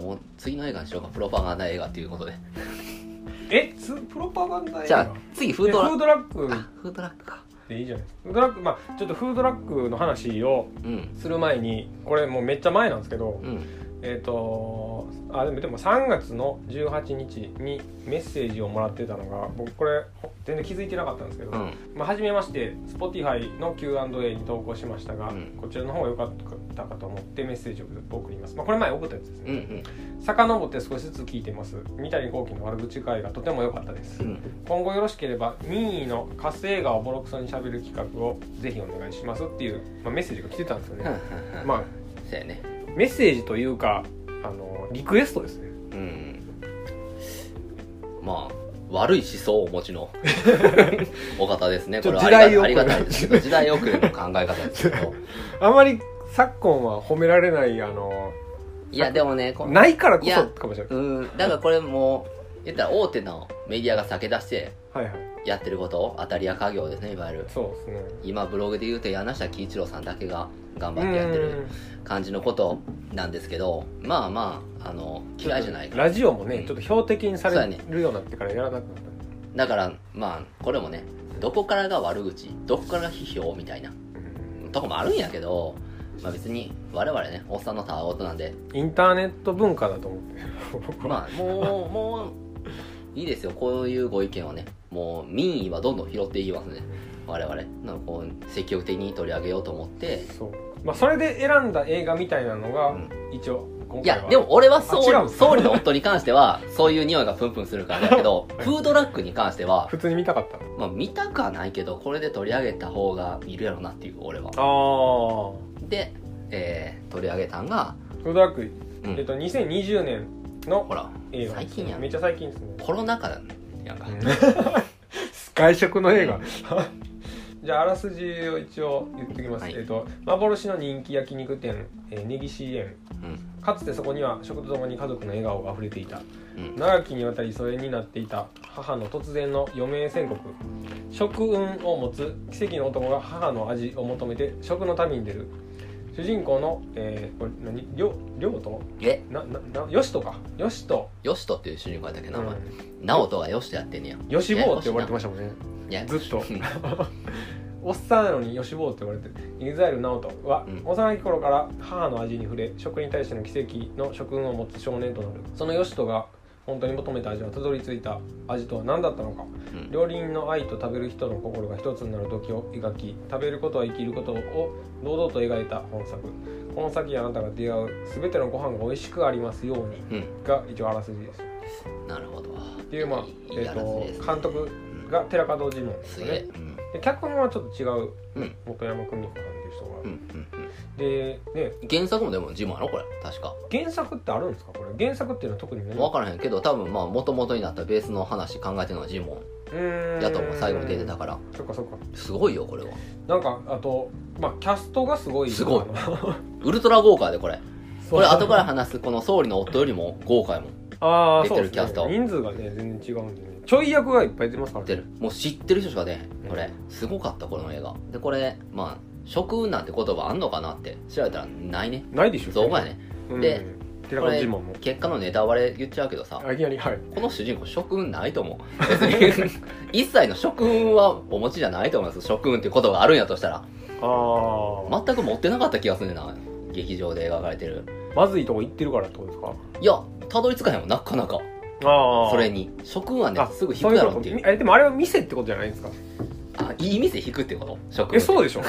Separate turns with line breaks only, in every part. の映画にしようかプロパガンダ映画っていうことで
えつプロパガンダ映画
じゃあ次フー
えフ
ドラッ
ー
ク
ドラッグ
あフードラックか
でいいじゃないですかフードラッグまあちょっとフードラッグの話を
うん
する前にこれもうめっちゃ前なんですけど、
うん
えっ、とあでもでも3月の18日にメッセージをもらってたのが僕これほ全然気づいてなかったんですけど、
うん
まあ、初めまして Spotify の Q&A に投稿しましたが、
うん
こちらの方が良かったかと思ってメッセージを送ります、まあ、これ前送ったやつです
うんう
ね、
ん
遡って少しずつ聞いています三谷幸喜の悪口会がとても良かったです、
うん
今後よろしければ民意の活性映画をボロクソにしゃべる企画をぜひお願いしますっていう、まあ、メッセージが来てたんです
う
よ
んうん
ね、
うん
まあ
そうやね
メッセージというかあのリクエストですね
うんまあ悪い思想をお持ち のお方ですねこ
ちょ
れ
時代
はありが
遅れ
たいですけど時代遅れの考え方ですけ ど
あまり昨今は褒められないあの
いやでもねこ
ないからこ
いや
そかもしれない
うんだからこれもう言ったら大手のメディアが避け出して
はいはい
やってること当たり屋家業ですねいわゆる
そうですね
今ブログで言うと柳下喜一郎さんだけが頑張ってやってる感じのことなんですけどまあまああの嫌いじゃないから
ラジオもねちょっと標的にさ
そうや
れ
ね
るようになってからやらなくなった
だからまあこれもねどこからが悪口どこからが批評みたいなとこもあるんやけど、まあ、別に我々ねおっさんのたわごとなんで
インターネット文化だと思って 僕
ま
は
あもうもういいですよこういうご意見はねもう民意はどんどん拾っていきますね我々なんかこう積極的に取り上げようと思って
そうまあそれで選んだ映画みたいなの
う
が
ん
一応今
い
回は
やでも俺は総
あ違うん
理
ですか
総理の夫に関して はそういう匂いがプンプンするからだけどフードラックに関しては、
普通に見たかったあ
まあ、見たくはないけどこれで取り上げた方が見るやろなっていう俺は
あー
で、えー取り上げたんが、
フードラッグ
う
えっ
ん、
と2020年の
ほら
映画
最近やん
めっちゃ最近ですね
コロナ禍だねなんか、
外食の映画 じゃああらすじを一応言っておきます、
はい
えっと幻の人気焼肉店、えー、根岸園
うん
かつてそこには食とともに家族の笑顔が溢れていた
うん
長きにわたり疎遠になっていた母の突然の余命宣告食運を持つ奇跡の男が母の味を求めて食の旅に出る主人公の、えー、これ何りょりょうと
え
なななよしとかよしと、
ヨシトっていう主人公やったっけ
う
な、お前
ん、
直人がヨシトやってんねや
よしぼうって呼ばれてましたもんね
いや
ずっと
うん
おっさんなのによしぼうって言われてる EXILE 直人は、
うん
幼い頃から母の味に触れ食に対しての奇跡の食運を持つ少年となるそのよしとが本当に求めた味はたどり着いた味とは何だったのか
うん
料理人の愛と食べる人の心が一つになる時を描き食べることは生きることを堂々と描いた本作この先あなたが出会う全てのご飯が美味しくありますように
うん
が一応あらすじです
なるほど
っていうまあ、
いい
えー、
あらすじです
と
ね
監督が寺門ジモンです
す
よ
げ
ね
えうん
で脚本はちょっと違う
うん
元山久美子さんっていう人が、
うんうん
でね
うん原作もでもジムやろこれ確か
原作ってあるんですかこれ原作っていうのは特にね
分からへんけど多分まあ元々になったベースの話考えてるのはジモ
うー
ン
ん
やと思う最後に出てたから
そっかそっか
すごいよこれは
なんかあとまあキャストがすごい
すごい
あの
ウルトラ豪華やでこれ
そ
こ
う
れ後から話すこの総理の夫よりも豪華やもん
ああ
出
そ
て
う
る
で
キ
す
ャスト
ね人数がね全然違うんでねちょい役がいっぱい出ますから
出
ね
るもう知ってる人しか出へんこれすごかったこの映画でこれまあ食運なんて言葉あんのかなって調べたらないね
ないでしょ
造語やね
うん
で
寺
こ
門
れ
ジモンも
結果のネタバレ言っちゃうけどさ
あいきな りはい
この主人公職運ないと思う 別に一切の職運はお持ちじゃないと思います職運っていうことがあるんやとしたら
ああま
全く持ってなかった気がするねんな劇場で描かれてる
まずいとこ行ってるからってことですか
いやたどり着かへんわなかなか
ああ
それに職運はね
あ
すぐ引
そう
く
いう
だ
こ
ろうっ
と
ていう
みえでもあれは店ってことじゃないですか
あいい店引くってこと職運
えそうでしょ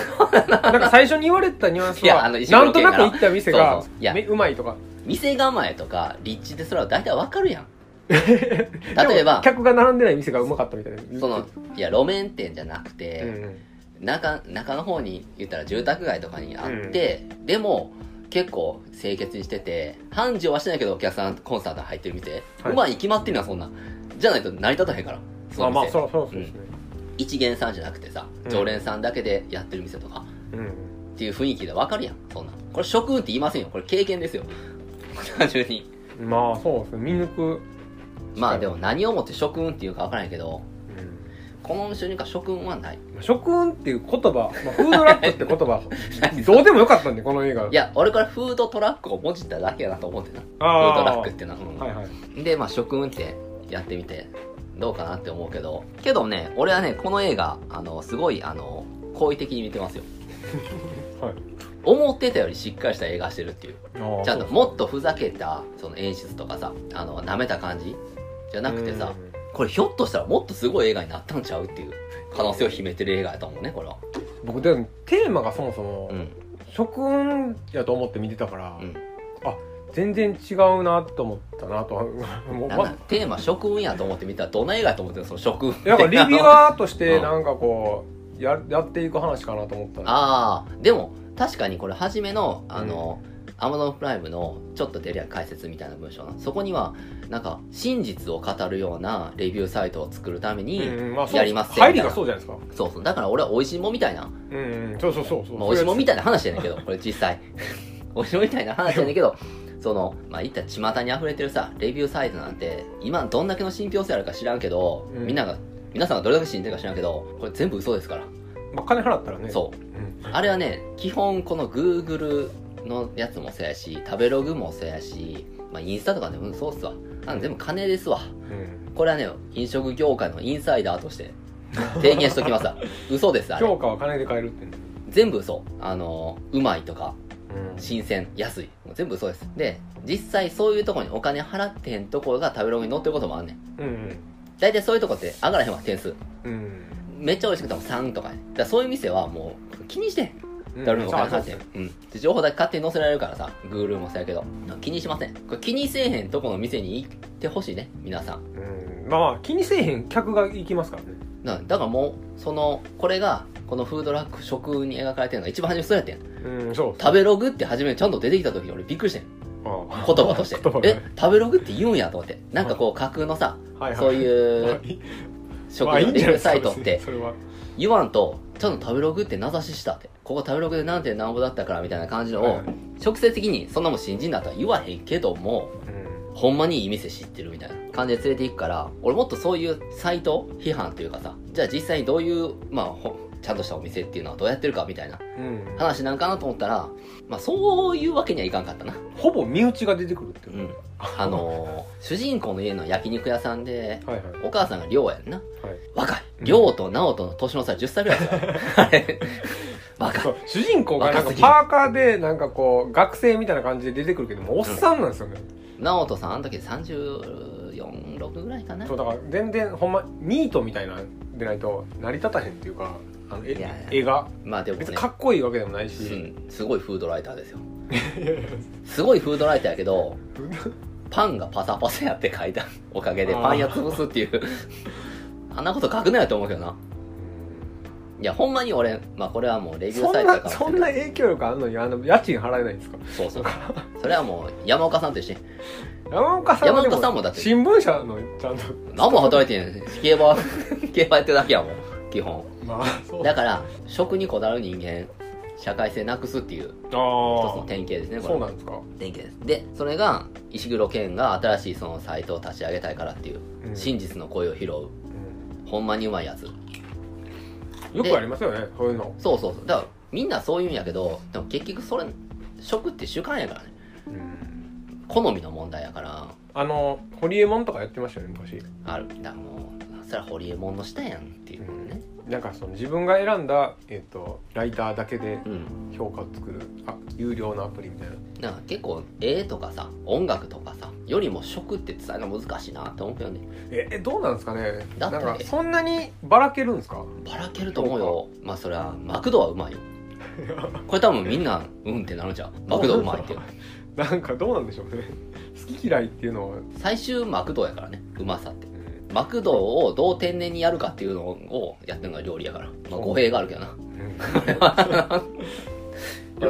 なんか最初に言われたニュアンス
いやあ
は
の石
な
黒
んと
賢が
なく行った店が
そうそういや
めうまいとか
店構えとか立地でそれは大体わかるやん例え
でも
ば
客が並んでない店がうまかったみたいな
そのいや路面店じゃなくて、
うんうん
中中の方に言ったら住宅街とかにあって、でも結構清潔にしてて繁盛はしてないけどお客さんコンサート入ってる店、
はいう
まいに決まってるなそんなじゃないと成り立たへんからそ
まあ
の店、
まあそうそうそうですね
一元さんじゃなくてさ
うん
常連さんだけでやってる店とか、
うん
っていう雰囲気でわかるやんそんなんこれ職運って言いませんよこれ経験ですよ単純に
まあそうですね見抜く
まあでも何をもって職運っていうかわからへんけど
うん
この瞬間職運はない
まあ食運っていう言葉、ま あ、フードラップって言葉どうでもよかったんでこの映画
いや俺これフードトラックをもじっただけやなと思ってなフ
あ
ー
ー
ドトラックってな、うん
はいはい
でまあ職運ってやってみてどうかなって思うけどけどね俺はねこの映画あのすごいあの好意的に見てますよ
はい
思ってたよりしっかりした映画してるっていう
あー
ちゃんともっとふざけたその演出とかさあの舐めた感じじゃなくてさ
うん
これひょっとしたらもっとすごい映画になったんちゃうっていう可能性を秘めてる映画やと思うねこれは
僕でもテーマがそもそも、
うん
食運やと思って見てたから、
うん
全然違うなと思ったなと も
なん
う
だ
ま
テーマ食運やと思って見たらどんな映画やと思ってんのその食運
なんかリビ
あ
ュアーとし
う
て
ん
なんかこうややっていく話かなと思ったら
あーでも確かにこれ初めのあの、アマゾンプライムのちょっと出るや解説みたいな文章なそこにはなんか真実を語るようなレビューサイトを作るために、
うんまあそう
やります
入りがそうじゃないですか
そうそうだから俺は美味しいもんみたいな
うん、うん、そうそうそうそう
まあ、おしもみ
た
たいな話やねんけど、これ実際。 おしもみたいな話やねんけど、その、まあ、言ったら巷に溢れてるさ、レビューサイトなんて、今どんだけの信憑性あるか知らんけど、
うん
みんなが、皆さんがどれだけ信じてるか知らんけど、これ全部嘘ですから。
まあ、金払ったらね
そうう。
ん、
あれはね、基本この Google のやつもそうやし、食べログもそうやし、まあ、インスタとかでも、うん、そうっすわ。あの全部金ですわ。
うん、
これはね、飲食業界のインサイダーとして、提言しとき ますわ。嘘です、あれ。
評価は金で買えるってね、
全部嘘。あの、うまいとか、
うん
新鮮安いもう全部そうですで実際そういうとこにお金払ってへんところが食べログに載ってることもあんねん
うん
大体そういうとこって上がらへんわ点数
うん
めっちゃ美味しくても3とかねだからそういう店はもう気にしてん
うん
誰もお金払ってへ
そ
ん
うそう
うんで情報だけ勝手に載せられるからさ Google もそうやけど気にしませんこれ気にせえへんとこの店に行ってほしいね皆さん
そううんまあまあ気にせえへん客が行きますからね
なだからもうそのこれがこのフードラック食に描かれてるのが一番初めそうやってん
うんそう
食べログって初めちゃんと出てきた時に俺びっくりしてん
あ
言葉として
言葉が
え食べログって言うんやと思ってなんかこう架空のさ
あはいはい
そう
ま
いう
あいい
食
まあいい
品
んじ
レ
ゃ
ビュー
ないですか
サイトって
別にそれは
言わんとちゃんと食べログって名指ししたってここ食べログで何点何ぼだったからみたいな感じの
はい
を
はい
直接的にそんなもん新人だとは言わへんけども
うん
ほんまにいい店知ってるみたいな感じで連れていくから俺もっとそういうサイト批判というかさじゃあ実際にどういうまあほちゃんとしたお店っていうのはどうやってるかみたいな
うん
話なんかなと思ったらまあそういうわけにはいかんかったな
ほぼ身内が出てくるって
う
いうん
あのー主人公の家の焼肉屋さんで
はいはい
お母さんが寮やんな
はい
若い
うん
亮と直人の年の差10歳ぐらい ですよあれ若
そ
いう
主人公がなん
若
か
すぎる
パーカーでなんかこう学生みたいな感じで出てくるけどもうおっさんなんですよね、
直人さんあの時346ぐらいかな
そうだから全然ほんまニートみたいなんでないと成り立たへんっていうかあのえ
いやいや
絵が
まあでもね
別にかっこいいわけでもないし、
うんすごいフードライターですよ
いやいや
すごいフードライターやけどパンがパサパサやって書いたおかげで
あー
パン屋潰すっていう あんなこと書くなよと思うけどないやほんまに俺まあこれはもうレビュ
そ
ー
ん
サイトや
な
から
そんな影響力あんのにあの家賃払えないんですか
そうそうそれはもう山岡さんと一緒に
山岡さんはで
山岡さんもだって
新聞社のちゃんと
何も働いてんねん競馬 競馬やってるだけやもん基本
まあそう
だから食にこだわる人間社会性なくすっていう一
あ
つの
ー
典型ですねこ
そ
れ
うなんですか、
典型ですでそれが石黒賢が新しいそのサイトを立ち上げたいからっていう
うん
真実の声を拾う
う
ほんまにうまいやつ
んよくありますよねそういうの、
そうそうそうだからみんなそういうんやけどでも結局それ食って習慣やからね好みの問題やから
あのホリエモンとかやってましたよね昔
あるだからもうそれはホリエモンの下やんっていうことね
なんかその自分が選んだ、えっとライターだけで
うん
評価を作るあ有料のアプリみたい
な
な
んか結構絵とかさ音楽とかさよりも食って伝えるの難しいなって思うけどね
ええどうなんですかね
だ
な
っ
ん
て
かそんなにばらけるんですか
ばらけると思うよまあそれはマクドはう まいよこれ多分みんなうんってなるじゃんマクドうまいって
なんかどうなんでしょうね好き嫌いっていうのは、
最終マクドやからねうまさってマクドをどう天然にやるかっていうのをやってるのが料理やから、まあ、語弊があるけどなこ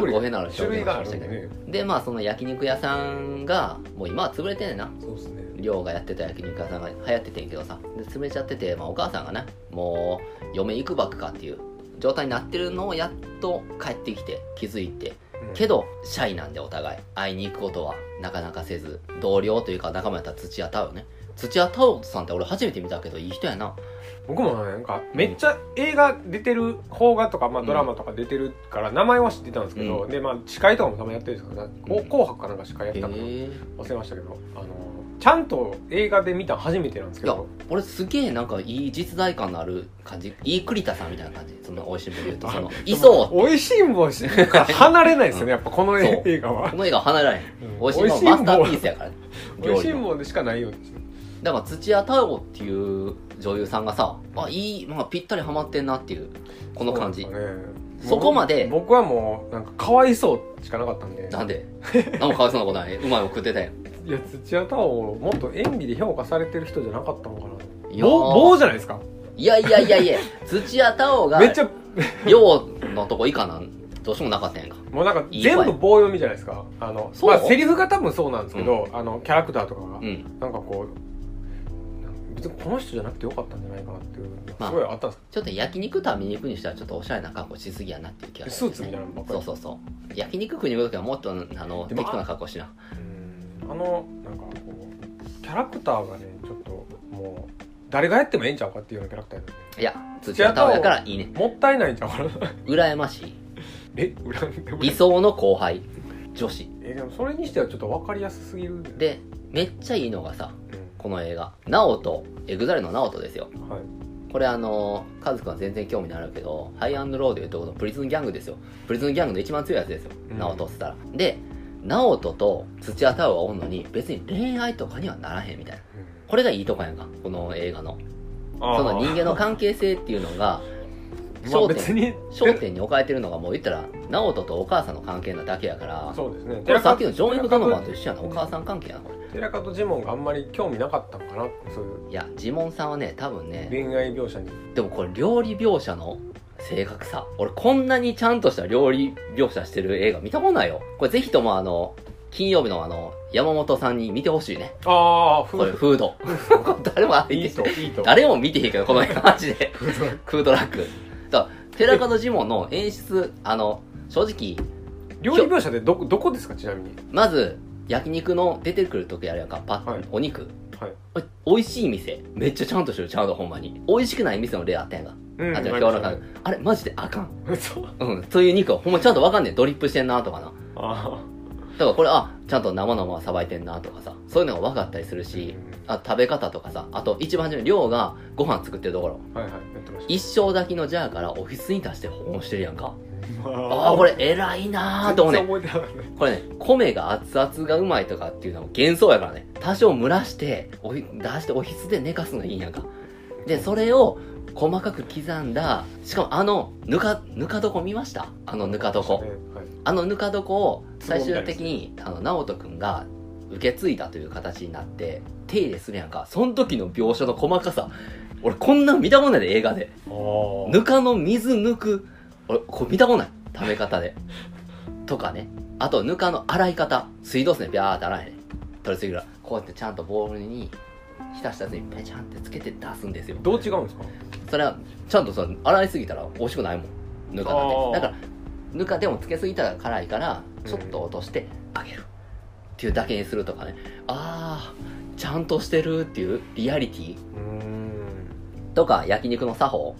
れ語弊なら
種
表現し
類があ
まし
る
た
ん
け
で
ど
ね
でまあその焼肉屋さんがもう今は潰れてんねんな
そうですね
寮がやってた焼肉屋さんが流行っててんけどさで潰れちゃってて、まあ、お母さんがねもう嫁行くばっかっていう状態になってるのをやっと帰ってきて気づいてけどシャイなんでお互い会いに行くことはなかなかせず同僚というか仲間やったら土屋太よね土屋太鳳さんって俺初めて見たけどいい人やな
僕もなんかめっちゃ映画出てる邦画とか、まあ、ドラマとか出てるから名前は知ってたんですけど、
うん
でまあ司会とかもたまにやってるんですけど、こ
うん
う紅白かなんか司会やっ
へ
たかな
え
忘れましたけどあのちゃんと映画で見たの初めてなんですけ
いや
ど
俺すげえなんかいい実在感のある感じいい栗田さんみたいな感じその美味しいもので言うとそのいそう
美味しんぼしから離れないですよねやっぱこの
そう
映画は
この映画離れない美 味しいもんマ
美味し
ス
ん
タ
ぼ
ーピースやからね
美味し
料理
ん
の
ぼでしかないようですよ
だから土屋太鳳っていう女優さんがさあいい、まあ、ぴったりハマってんなっていうこの感じ
そ
な,、
うなんですよね
そこまで
僕僕はもうなんかかわいそうしかなかったんで
んで 何もかわいそうなことないうまいもん食ってたやん
いや土屋太鳳をもっと演技で評価されてる人じゃなかったのかない
やー
棒棒じゃないですか
いやいやいやいや土屋太鳳が
めっちゃ
ようのとこ以下なんどうしてもなかったやんか
もうなんか
いい
全
わ
部
よ
棒読みじゃないですかあの
そう
まあセリフが多分そうなんですけど、あのキャラクターとかが、
うん
なんかこうなんか別にこの人じゃなくてよかったんじゃないかなっていう
まあ
すごいあったんです
ちょっと焼肉食べに行くにしたらちょっとおしゃれな格好しすぎやなっていう気がす
ス
る、
ーツみたいなのばっかり
そうそうそう焼肉食いに行く時はもっとあの
でも
適当な格好しな
うんあのなんかこうキャラクターがねちょっともう誰がやってもええんちゃうかっていうようなキャラクターやね
いや土屋太鳳やからいいね
もったいないんちゃうかな
羨ましい
え 恨んで
理想の後輩女子
えでもそれにしてはちょっと分かりやすすぎる、
でめっちゃいいのがさ
う
この映画直人エグザイルの直人ですよ
んはい、
これあのカズくんは全然興味ないけどハイアンドローでいうとこのプリズンギャングですよプリズンギャングの一番強いやつですよ
うん
直人っつったら、で直人と土屋太鳳がおんのに別に恋愛とかにはならへんみたいなこれがいいとこやんかこの映画の
あー
その人間の関係性っていう のが
まあ
焦
別
点
に
焦点に置かれてるのがもう言ったら直人とお母さんの関係なだけやから
そうですね
これさっきのジョン・エフ・ドノバンと
寺
一緒やなお母さん関係やなこれ
門寺門ジモンがあんまり興味なかったのかなそういう
いやジモンさんはね多分ね
恋愛描写に
でもこれ料理描写の正確さ俺こんなにちゃんとした料理描写してる映画見たことないよこれぜひともあの金曜日のあの山本さんに見てほしいね
ああ
これ
夫婦
フード 誰も
い
見
い
て
といいと
誰も見てへんけどこの映画マジで
夫婦
クードラックだから寺門ジモンの演出あの正直
料理描写でどこどこですかちなみに
まず焼肉の出てくる時あれやんかパッ、
はい
お肉
はい
お美味しい店めっちゃちゃんとしてるちゃんとほんまに美味しくない店の例あったやんか、
うん
あじゃあ
わ
今日
か
の感
りまし
じあれマジであかん
たそう
うん、そういう肉はほんまちゃんとわかんねえ。ドリップしてんなとかな。
あ
だからこれ、あ、ちゃんと生のままさばいてんなとかさ、そういうのが分かったりする
あ
し、あ食べ方とかさ、あと一番初めに量がご飯作ってるところ、
はいはいやってまし
一升炊きのジャーからオフィスに出して保温してるやんか。
た
ああー、これ偉いなーと思うね。
全然覚えてなか
これね、米が熱々がうまいとかっていうのは幻想やからね。多少蒸らして、おひ出してオフィスで寝かすのがいいんやんか。で、それを細かく刻んだ、しかもあの、ぬか、ぬか床見ましたあのぬか床。
ったねはい
あのぬか床を最終的に、あの直人君が受け継いだという形になって手入れするやんかその時の描写の細かさ俺こんなん見たことないで映画で
あー
ぬかの水抜く俺これ見たことない食べ方でとかねあとぬかの洗い方水道水でビャーって洗えね取り次ぎからこうやってちゃんとボウルに浸したやつにペチャンってつけて出すんですよ
どう違うんですか
それはちゃんとその洗いすぎたら美味しくないもんぬかなん
あ
て
ー
だからぬかでもつけすぎたら辛いからちょっと落としてあげるっていうだけにするとかねあーちゃんとしてるっていうリアリティ
うーん
とか焼肉の作法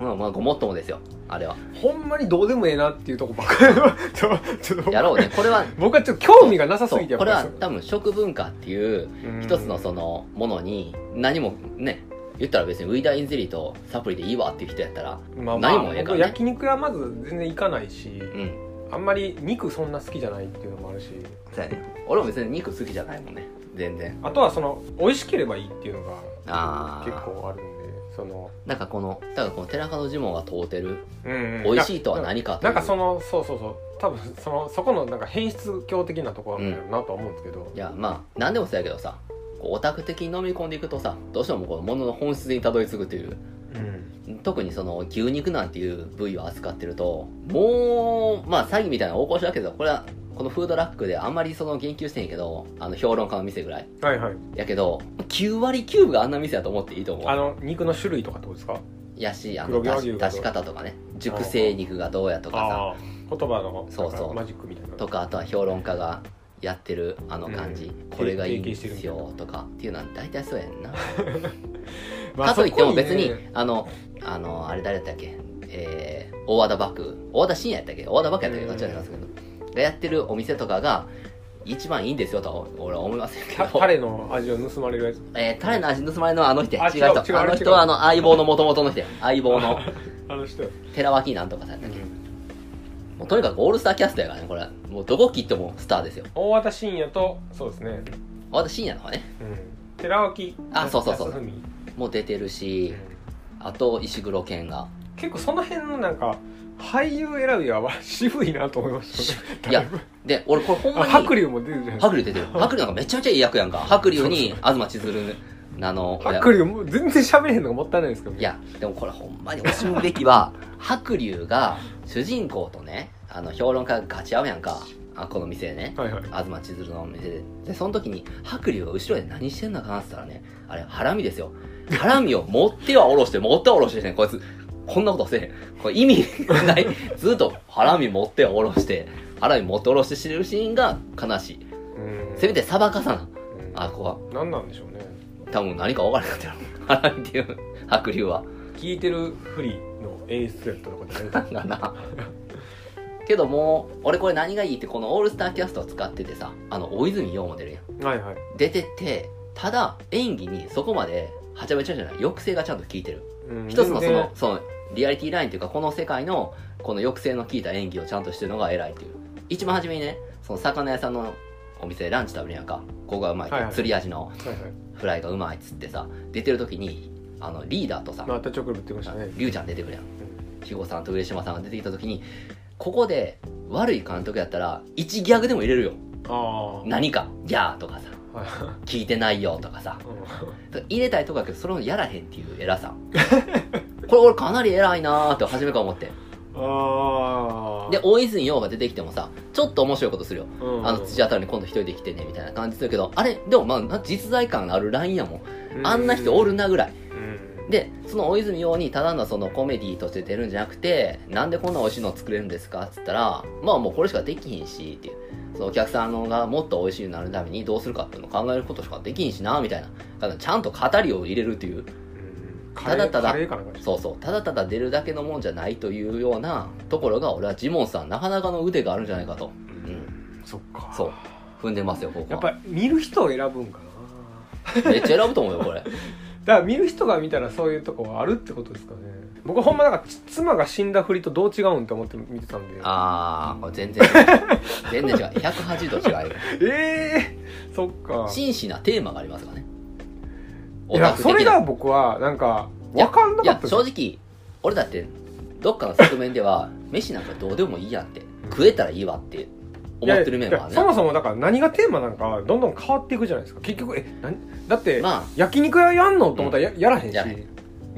うんまあごもっともですよあれは
ほんまにどうでもええなっていうとこばっかりちょちょっ と
やろう ねこれは
僕はちょっと興味がなさす
そ
ぎて
うこれは多分食文化っていう一つのそ
の
のものに何もね言ったら別にウィダーインゼリーとサプリでいいわっていう人やったら
まあま
ない
あ、
もんやからね
僕焼肉屋まず全然行かないし、
うん
あんまり肉そんな好きじゃないっていうのもあるし
そうやね俺も別に肉好きじゃないもんね全然
あとはその美味しければいいっていうのが
あー
結構あるんでその、
なんかこの、だからこの寺門ジモンが問うてる、
うん
美味しいとは何かとい
な
うん
かそのそうそうそう多分そのそこのなんか変質教的なところなんだろうなとは思うんですけど
い、や、まあ、なんでもそうやけどさ、こうオタク的に飲み込んでいくとさ、どうしてもこの物の本質にたどり着くという、
うん
特にその牛肉なんていう部位を扱ってると、もう、まあ詐欺みたいなの起こしだけど、これは、このフードラックであんまりその言及してへんけど、あの評論家の店ぐらい。
はいはい
やけど、9割9分があんな店だと思っていいと思う。
あの肉の種類とかってことですか
やし、あの
黒毛和
出
牛
し
がどう
出し方とかね、熟成肉がどうやとかさ、
ああー言葉のなんか
そうそう
マジックみたいな
とかあとは評論家がやってるあの感じ、
うん
これがいいんです
提携してるみ
よとかっていうのは大体そうやんな、
まあ
かといっても別に
そこね
あのあのあれ誰だったっけえー、大和田幕大和田信也やったっけ大和田幕やったっけ
うん
どっちだったんですけどがやってるお店とかが一番いいんですよとは俺は思いませんけ
た
ど
タレの味を盗まれるやつ
えー、タレの味盗まれのあの人や
あ
違
違う
う人
違う
あの
違
人
う
はあの相棒の元々の人や相棒 の
あの人、
寺脇なんとかさんやったっけもうとにかくオールスターキャストやからねこれもうどこ切ってもスターですよ
大和田信也とそうですね、
私深夜のはね
うん、寺脇
あそうそうそう
康文
もう出てるしあと石黒賢が
結構その辺のなんか俳優選びは渋いなと思いましたね
いや
だぶ
で俺これほんま
あ
に
白龍も出てるじゃないです
白龍出てる白龍なんかめちゃめちゃいい役やんか白龍に東千鶴なの
か白龍も全然喋れへんのがもったいないですけどね
いやでもこれほんまに惜しむべきは白龍が主人公とねあの評論家がガチ合うやんかあこの店ね
はいはい
東千鶴のお店ででその時に白龍が後ろで何してんのかなって言ったらねあれハラミですよハラミを持っては下ろして持っては下ろしてねこいつこんなことせえへんこれ意味ないずっとハラミ持っては下ろしてハラミ持って下ろしてしてるシーンが悲しい
うん
せめて裁かさな
うん
あこは
何なんでしょうね
多分何か分からなかったよハラミっていう白龍は
聞いてるふりの演出やったとかじ
な
ゃない
んだなけどもう俺これ何がいいってこのオールスターキャストを使っててさあの大泉洋も出るやん
はいはい
出ててただ演技にそこまではちゃめちゃじゃない抑制がちゃんと効いてる
うん
一つのそ
全
の
然
そのリアリティラインというかこの世界のこの抑制の効いた演技をちゃんとしてるのが偉いっていう一番初めにねその魚屋さんのお店でランチ食べるやんかここがうまいって、
はいはい
釣り味の
はいはい
フライがうまいっつってさ出てる時にあのリーダーとさ、
またチョコレート言ってましたね
リュウちゃん出てくるやん肥後さんと上島さんが出てきた時にここで悪い監督やったら1ギャグでも入れるよ
あ
何か「ギャー」とかさ
あは
「聞いてないよ」とかさ
いうん
入れたいとこやけどそれをやらへんっていう偉さ これ俺かなり偉いなーって初めから思って
ああ
で大泉洋が出てきてもさちょっと面白いことするよあの土屋
屋
太郎に今度一人で来てねみたいな感じするけどあれでもまあな実在感のあるラインやもんあんな人おるなぐらい
うん
でその大泉洋にただのそのコメディとして出るんじゃなくてなんでこんな美味しいの作れるんですかっつったらまあもうこれしかできひんしっていうそのお客さんのがもっと美味しいになるためにどうするかっていうのを考えることしかできひんしなみたいなだからちゃんと語りを入れるという
うん
ただただ
カレーカレーかなんかでした
そうそうただただ出るだけのもんじゃないというようなところが俺はジモンさんなかなかの腕があるんじゃないかと、うん、
そっか
そう踏んでますよここ
やっ
は
ぱ見る人を選ぶんかな
めっちゃ選ぶと思うよこれ
だから見る人が見たらそういうとこはあるってことですかね僕はほんまなんかつ妻が死んだふりとどう違うんって思って見てたんで
ああこれ全然違う全然違う180度違う
ええー、そっか
真摯なテーマがありますからね
いやそれが僕はなんか分かんないかっ
や
たです
正直俺だってどっかの側面では飯なんかどうでもいいやんって食えたらいいわって思ってる面はあ
いやい
る
やそ
ね
もそもだから何がテーマなんかどんどん変わっていくじゃないですか結局えなだって、
ま
焼肉屋やんのと思ったらや,、やらへんし
やらへ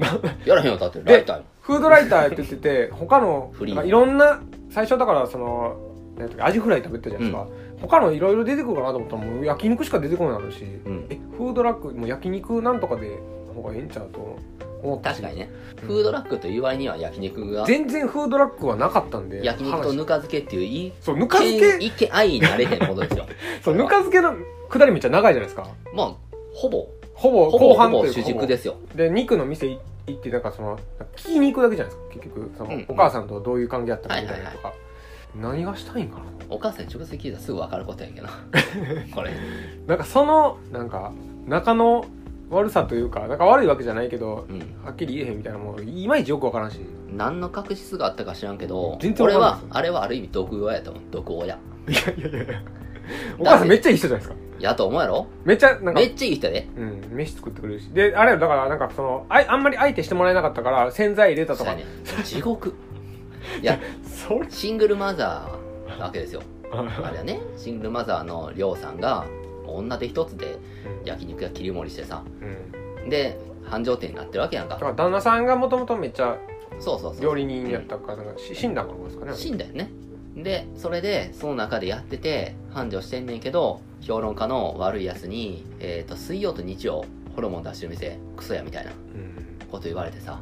あやらへんよだって
で
ライターも
フードライターやって言ってて他の
フリー
なんかいろんな最初だからそのなんていうかアジフライ食べてたじゃないですか、他のいろいろ出てくるかなと思ったらもう焼肉しか出てこないなるし
うん
えフードラックもう焼肉なんとかでの方がええんちゃうと思ったし
確かにねフードラックという割には焼肉が
全然フードラックはなかったんで
焼肉とぬか漬けっていういい
話そうぬか漬け
一見愛になれへんもの ですよ
そうぬか漬けの下りめっちゃ長いじゃないですか
まあほぼ
ほぼ
ほぼ
後
ほ
半と
ぼ
いうか
主
ほぼ
軸ですよ
で肉の店い行ってなんかその聞きに行くだけじゃないですか結局その、
うんうん
お母さんとどういう関係だったかみたいなとか、何がしたいんかな
お母さんに直接聞いたらすぐ分かることやけ どこれ
なんかそのなんか仲の悪さというかなんか悪いわけじゃないけど
うん
はっきり言えへんみたいなもういまいちよくわからんし
何の確執があったか知らんけど
全然
俺
わか
は
んないですよ
あれはある意味毒親やと思う毒親
いやいやいやいやお母さんめっちゃいい人じゃないですか
やと思うやろ
めっちゃなんか
めっちゃいい人やで
うん、飯作ってくれるしであれよだからなんかそのあいあんまり相手してもらえなかったから洗剤入れたと
そう
か
やね地獄いや
それ
シングルマザーなわけですよあ
あ
れはねシングルマザーのりょうさんが女手一つで焼肉や切り盛りしてさ
うん、
で繁盛店になってるわけやん
だ
か
から旦那さんがもともとめっちゃ
そうそうそう
料理人やったからなんかし死んだんかなんですかね
死んだよねでそれでその中でやってて繁盛してんねんけど評論家の悪いやつに、えー、と水曜と日曜ホルモン出してる店クソやみたいな
うん
こと言われてさ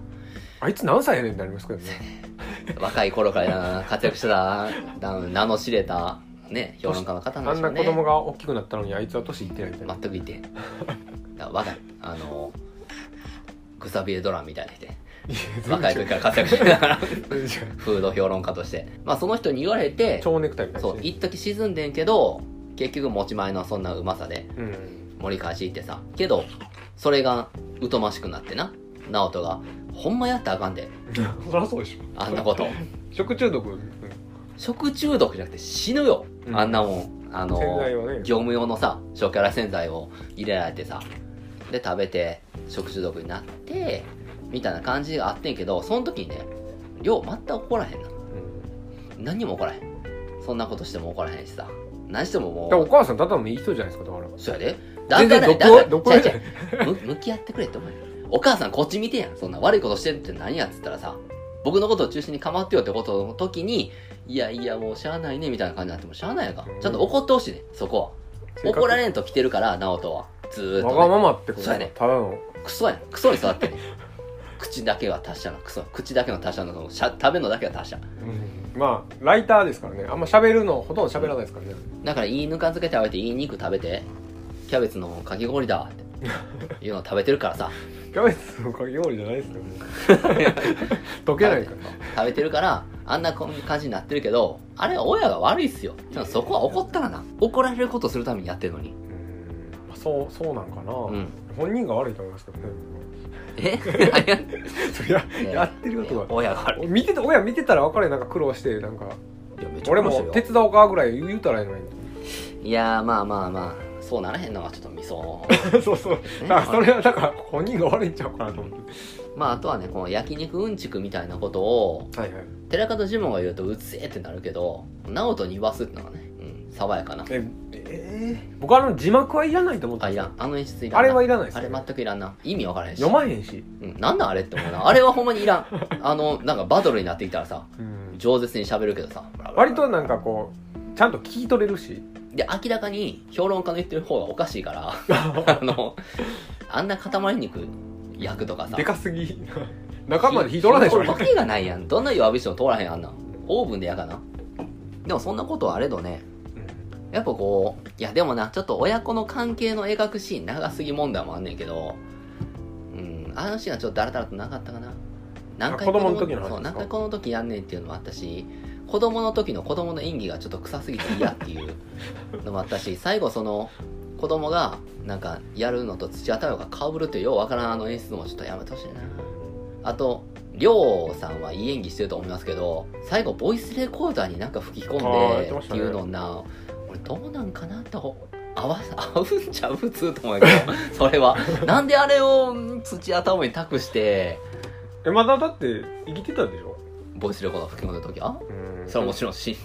あいつ何歳やねんってなりますけどね
若い頃から活躍してたな名の知れたね評論家の方な
あ
んで
ん
しょ
な
う
子
ね
供が大きくなったのにあいつは年いってないみたいな、
全くいてへんだからわかるあのグサビエドランみたいな人や
いや
若い時
全
か
然
ら活躍してたから
違う全然違う
フード評論家としてまあその人に言われて
蝶ネクタイみたいな
そう一時沈んでんけど結局持ち前のそんなうまさで
うん
盛り返し行ってさけどそれが疎ましくなってな直人が「ほんまやったらあかんで
そりゃそうでしょ
あんなこと
食中毒、うん
食中毒じゃなくて死ぬよ、
うん
あんなもんあの
洗剤はね
業務用のさ小キャラ洗剤を入れられてさで食べて食中毒になってみたいな感じがあってんけどその時にね量全く怒らへんな
うん
何にも怒らへんそんなことしても怒らへんしさ何してもも
だからお
う
母さんただのいい人じゃないですかだから
そうやでだ
全
から
然
だ
ど
か
こ
ら
ど
違
こ
う
や
違うむ向き合ってくれって思うよお母さんこっち見てやんそんな悪いことしてるって何やっつったらさ僕のことを中心に構ってよってことの時にいやいやもうしゃあないねみたいな感じになってもしゃあないやんかちゃんと怒ってほしいねそこは怒られんと来てるから直人はずーっと、
わ
ね、
がままってこと
そう
だ
やね
ただの
クソやんクソに育ってんねん口だけは達者のクソ口だけの達者のそのしゃ食べるのだけは達者
まあライターですからねあんま喋るのほとんど喋らないですからね
だからいいぬか漬け食べていい肉食べてキャベツのかき氷だっていうのを食べてるから さ
キャベツのかき氷じゃないですよね溶けないから
食べてるからあんなこんな感じになってるけどあれは親が悪いっすよでもそこは怒ったらな怒られることするためにやってるのに
うんまあそうそうなんかな、
うん
本人が悪いと思いますけど ね
え
そりゃやってることが
親が悪い
見てた親見てたら分かるよなんか苦労してなんか
いやめっちゃ
俺
俺も
も手伝おうかぐらい言うたらいいのに
いやーまあまあまあそうならへんのはちょっとみ そ
そうそうだからそれはだから本人が悪いんちゃうかなと思って
まああとはねこの焼肉うんちくみたいなことを
はいはい
寺門ジモンが言うとうつえってなるけど直人に言わすってのがね、うん、爽やかな
ええー僕あの字幕はいらないと思って
あ
た
いらんあの演出いらんな
あれはいらないです
あ
よ
れ全くいらんな意味わからへんし
読まへんし、
うん、なんなんあれって思うなあれはほんまにいらんあのなんかバトルになってきたらさ
うん
饒舌に喋るけどさブラブラ
割となんかこうちゃんと聞き取れる し
で明らかに評論家の言ってる方がおかしいから あのあんな塊肉焼くとかさ
でかすぎ中まで火取らないでし
火
ょ
通るわけがないやんどんな弱火しても通らへんあんなんオーブンでやかなでもそんなことはあれどねやっぱこういやでもなちょっと親子の関係の描くシーン長すぎ問題もあんねんけどうんあのシーンはちょっとだらだらとなかったかな何回
あ子供の時の話ですか
そう何回この時やんねんっていうのもあったし子供の時の子供の演技がちょっと臭すぎて嫌っていうのもあったし最後その子供がなんかやるのと土屋太鳳がかぶるというようわからんあの演出もちょっとやめてほしいなあと亮さんはいい演技してると思いますけど最後ボイスレコーダーになんか吹き込
あー
ん
やっ
で
てま
っ
してたね
いうのな、俺どうなんかなってほ合わ 合うんちゃう普通と思うけどそれはなんであれをん土屋太鳳に託して
えまだだって生きてたでしょ
ボイスレコーダー吹き込んだ時は
うん
それはもちろんし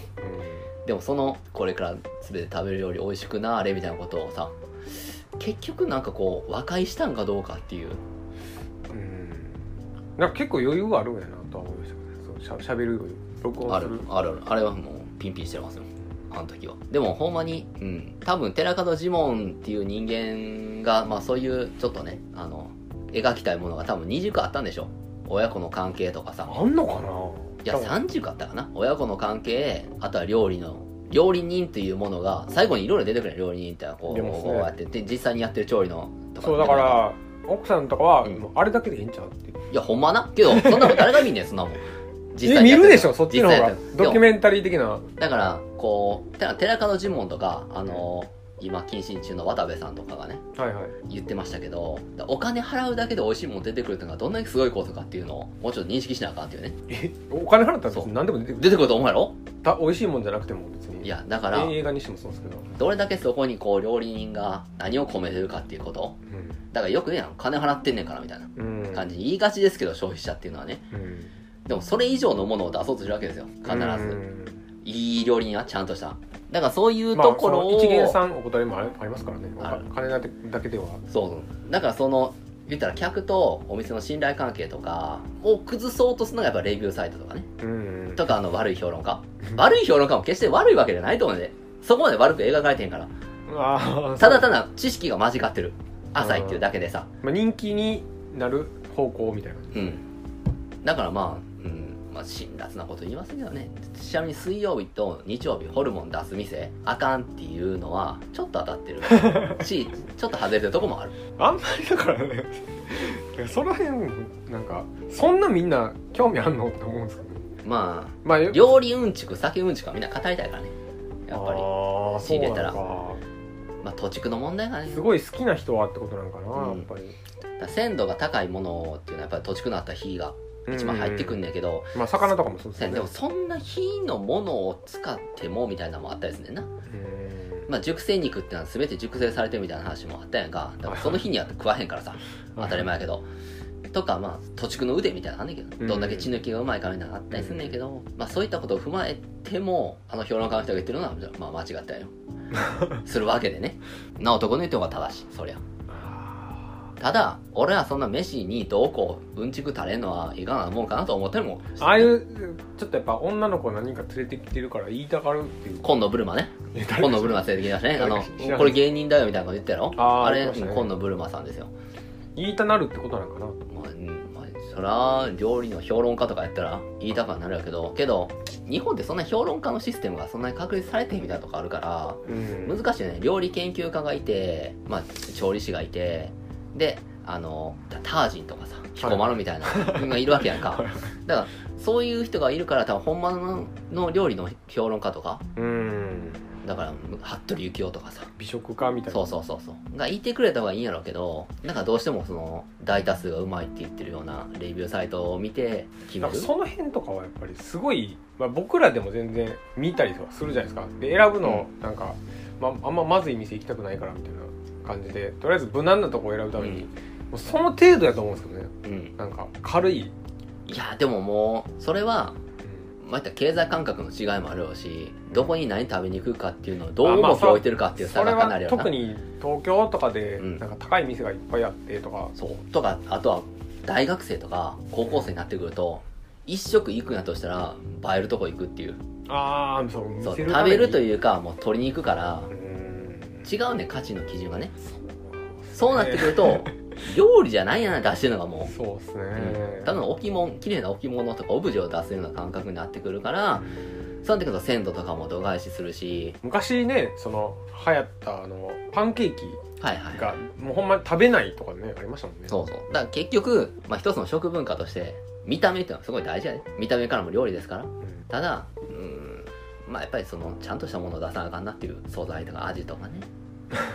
でもそのこれから全て食べるより美味しくなあれみたいなことをさ結局なんかこう和解したんかどうかっていう
うんうんなんか結構余裕があるんやなとは思いましたけどねそうしゃしゃべるより録
あ
音す
る
る
あるあるあれはもうピンピンしてますよあの時はでもほんまにうん多分寺門ジモンっていう人間がまあそういうちょっとねあの描きたいものが多分20個あったんでしょ親子の関係とかさ
あんのかない
いや30個あったかな親子の関係あとは料理の料理人というものが最後にいろいろ出てくるね料理人ってのはこう
出ますね
こうやってで実際にやってる調理のとか
そうだから奥さんとかは、
うん
あれだけでいいんちゃうって
いやほんまなけどそんなこと誰が見んねんそんなもん
え見
やっ
る
て
でしょそっちの
実
方
際
が
やってる
ドキュメンタリー的な
だからこうて寺門ジモンとかあの今謹慎中の渡部さんとかがね
はいはい
言ってましたけどお金払うだけで美味しいもの出てくるっていうのがどんなにすごいことかっていうのをもうちょっと認識しなあかんっていうね
えお金払ったら
そ
別
う
に何でも出てくる
出てくると思うやろ
た美味しいもんじゃなくても別に
いやだから
映画にしてもそうですけど、
どれだけそこにこう料理人が何を込めてるかっていうことだからよくね金払ってんねんからみたいな
うんうん
感じに言いがちですけど消費者っていうのはね
うん
でもそれ以上のものを出そうとするわけですよ必
う
ず
ん
いい料理人はちゃんとしただからそういう
まあ
ところ
その
を
一元さんお答えもありありますからね
ある
お金だけだけでは
そうだからその言ったら客とお店の信頼関係とかを崩そうとするのがやっぱレビューサイトとかね
うん
とかあの悪い評論家悪い評論家も決して悪いわけじゃないと思うねそこまで悪く描かれてへんから
あー
ただ
そ
た
う
だ知識が間違ってる浅いっていうだけでさ
まあ、人気になる方向みたいな
うんだからまあ、うんままあ、辛辣なこと言いますけどねちなみに水曜日と日曜日ホルモン出す店あかんっていうのはちょっと当たってる しちょっと外れてるとこもある
あんまりだからね だからその辺なんかそんなみんな興味あんのって思うんですけどね
ま
まあ
あ料理うんちく酒うんちくはみんな語りたいからねやっぱり
あー
仕入れたら
そうなの
まあ土地区の問題がね
かすごい好きな人はってことなんかな、
うん
やっぱり
だから鮮度が高いものっていうのはやっぱり土地区のあった火が一番入ってくん
ね、
だけど、
まあ魚とかもそうです
せ
よ
ん
ね
でもそんな火のものを使ってもみたいなのもあったりするねんな、
うん
まあ、熟成肉ってのは全て熟成されてるみたいな話もあったやんかだからその日には食わへんからさ当たり前やけどとかまあ土地区の腕みたいなのあんねんけ
う
ど
ん
どんだけ血抜きがうまいかみたいなのあったりすんねんけど、まあ、そういったことを踏まえてもあの評論家の人が言ってるのはまあ間違った よするわけでねな男の言ってる方が正しいそりゃ
あ
ただ俺はそんな飯にどうこううんちく垂れんのはいかがなもんかなと思ってるもん
ーああいうちょっとやっぱ女の子何人か連れてきてるから言いたがるっていう
今野ブルマね今野ブルマ連れてきましたねあ
誰か 知らな
の
い
これ芸人だよみたいなこと言ったやろ
あー
あれ
言ってましたね
今野ブルマさんですよ
言いたなるってことなのかな
まあ、うんまあ、そら料理の評論家とかやったら言いたくはなるやけどけど日本ってそんな評論家のシステムがそんなに確立されてへんみたいなとこあるから
うん
難しいよね料理研究家がいて、まあ、調理師がいてであのタタージンとかさ彦摩呂みたいな人がいるわけやんか
はい
だからそういう人がいるから多分本間のの料理の評論家とか
うん
だから服部幸男とかさ
美食家みたいな
そうそうそうそうが言ってくれた方がいいんやろうけどなんかどうしてもその大多数がうまいって言ってるようなレビューサイトを見て決
な
め
ん
る
かその辺とかはやっぱりすごい、まあ、僕らでも全然見たりとかするじゃないですかで選ぶのなんか、まあ、あんままずい店行きたくないからみたいな感じでとりあえず無難なとこを選ぶために、
うん
もうその程度やと思うんですけどね
うん、
なんか軽い、
いやでももうそれはまあ言ったら経済感覚の違いもあるやろうしどこに何食べに行くかっていうのをどう重きを置いてるかっていう
そ
差
れ
がかな
は
りあるな
特に東京とかで
うん
なんか高い店がいっぱいあってとか、
そうとかあとは大学生とか高校生になってくると一食行くんやとしたら映えるとこ行くっていう
ああそう見
そう
せる
食べると
う
いうかもう取りに行くから
ん
違うね価値の基準がねそうなってくると料理じゃないやな出してるのがもう
そうですね、
うんただの置物綺麗な置物とかオブジェを出すような感覚になってくるからそうなってくると鮮度とかも度外視するし
昔ねその流行ったあのパンケーキ
はいはい
がもうほんまに食べないとかねありましたもんね
そうそうだから結局、まあ、一つの食文化として見た目っていうのはすごい大事やね見た目からも料理ですから
うん
ただうんまあやっぱりそのちゃんとしたものを出さなあかんなっていう素材とか味とかね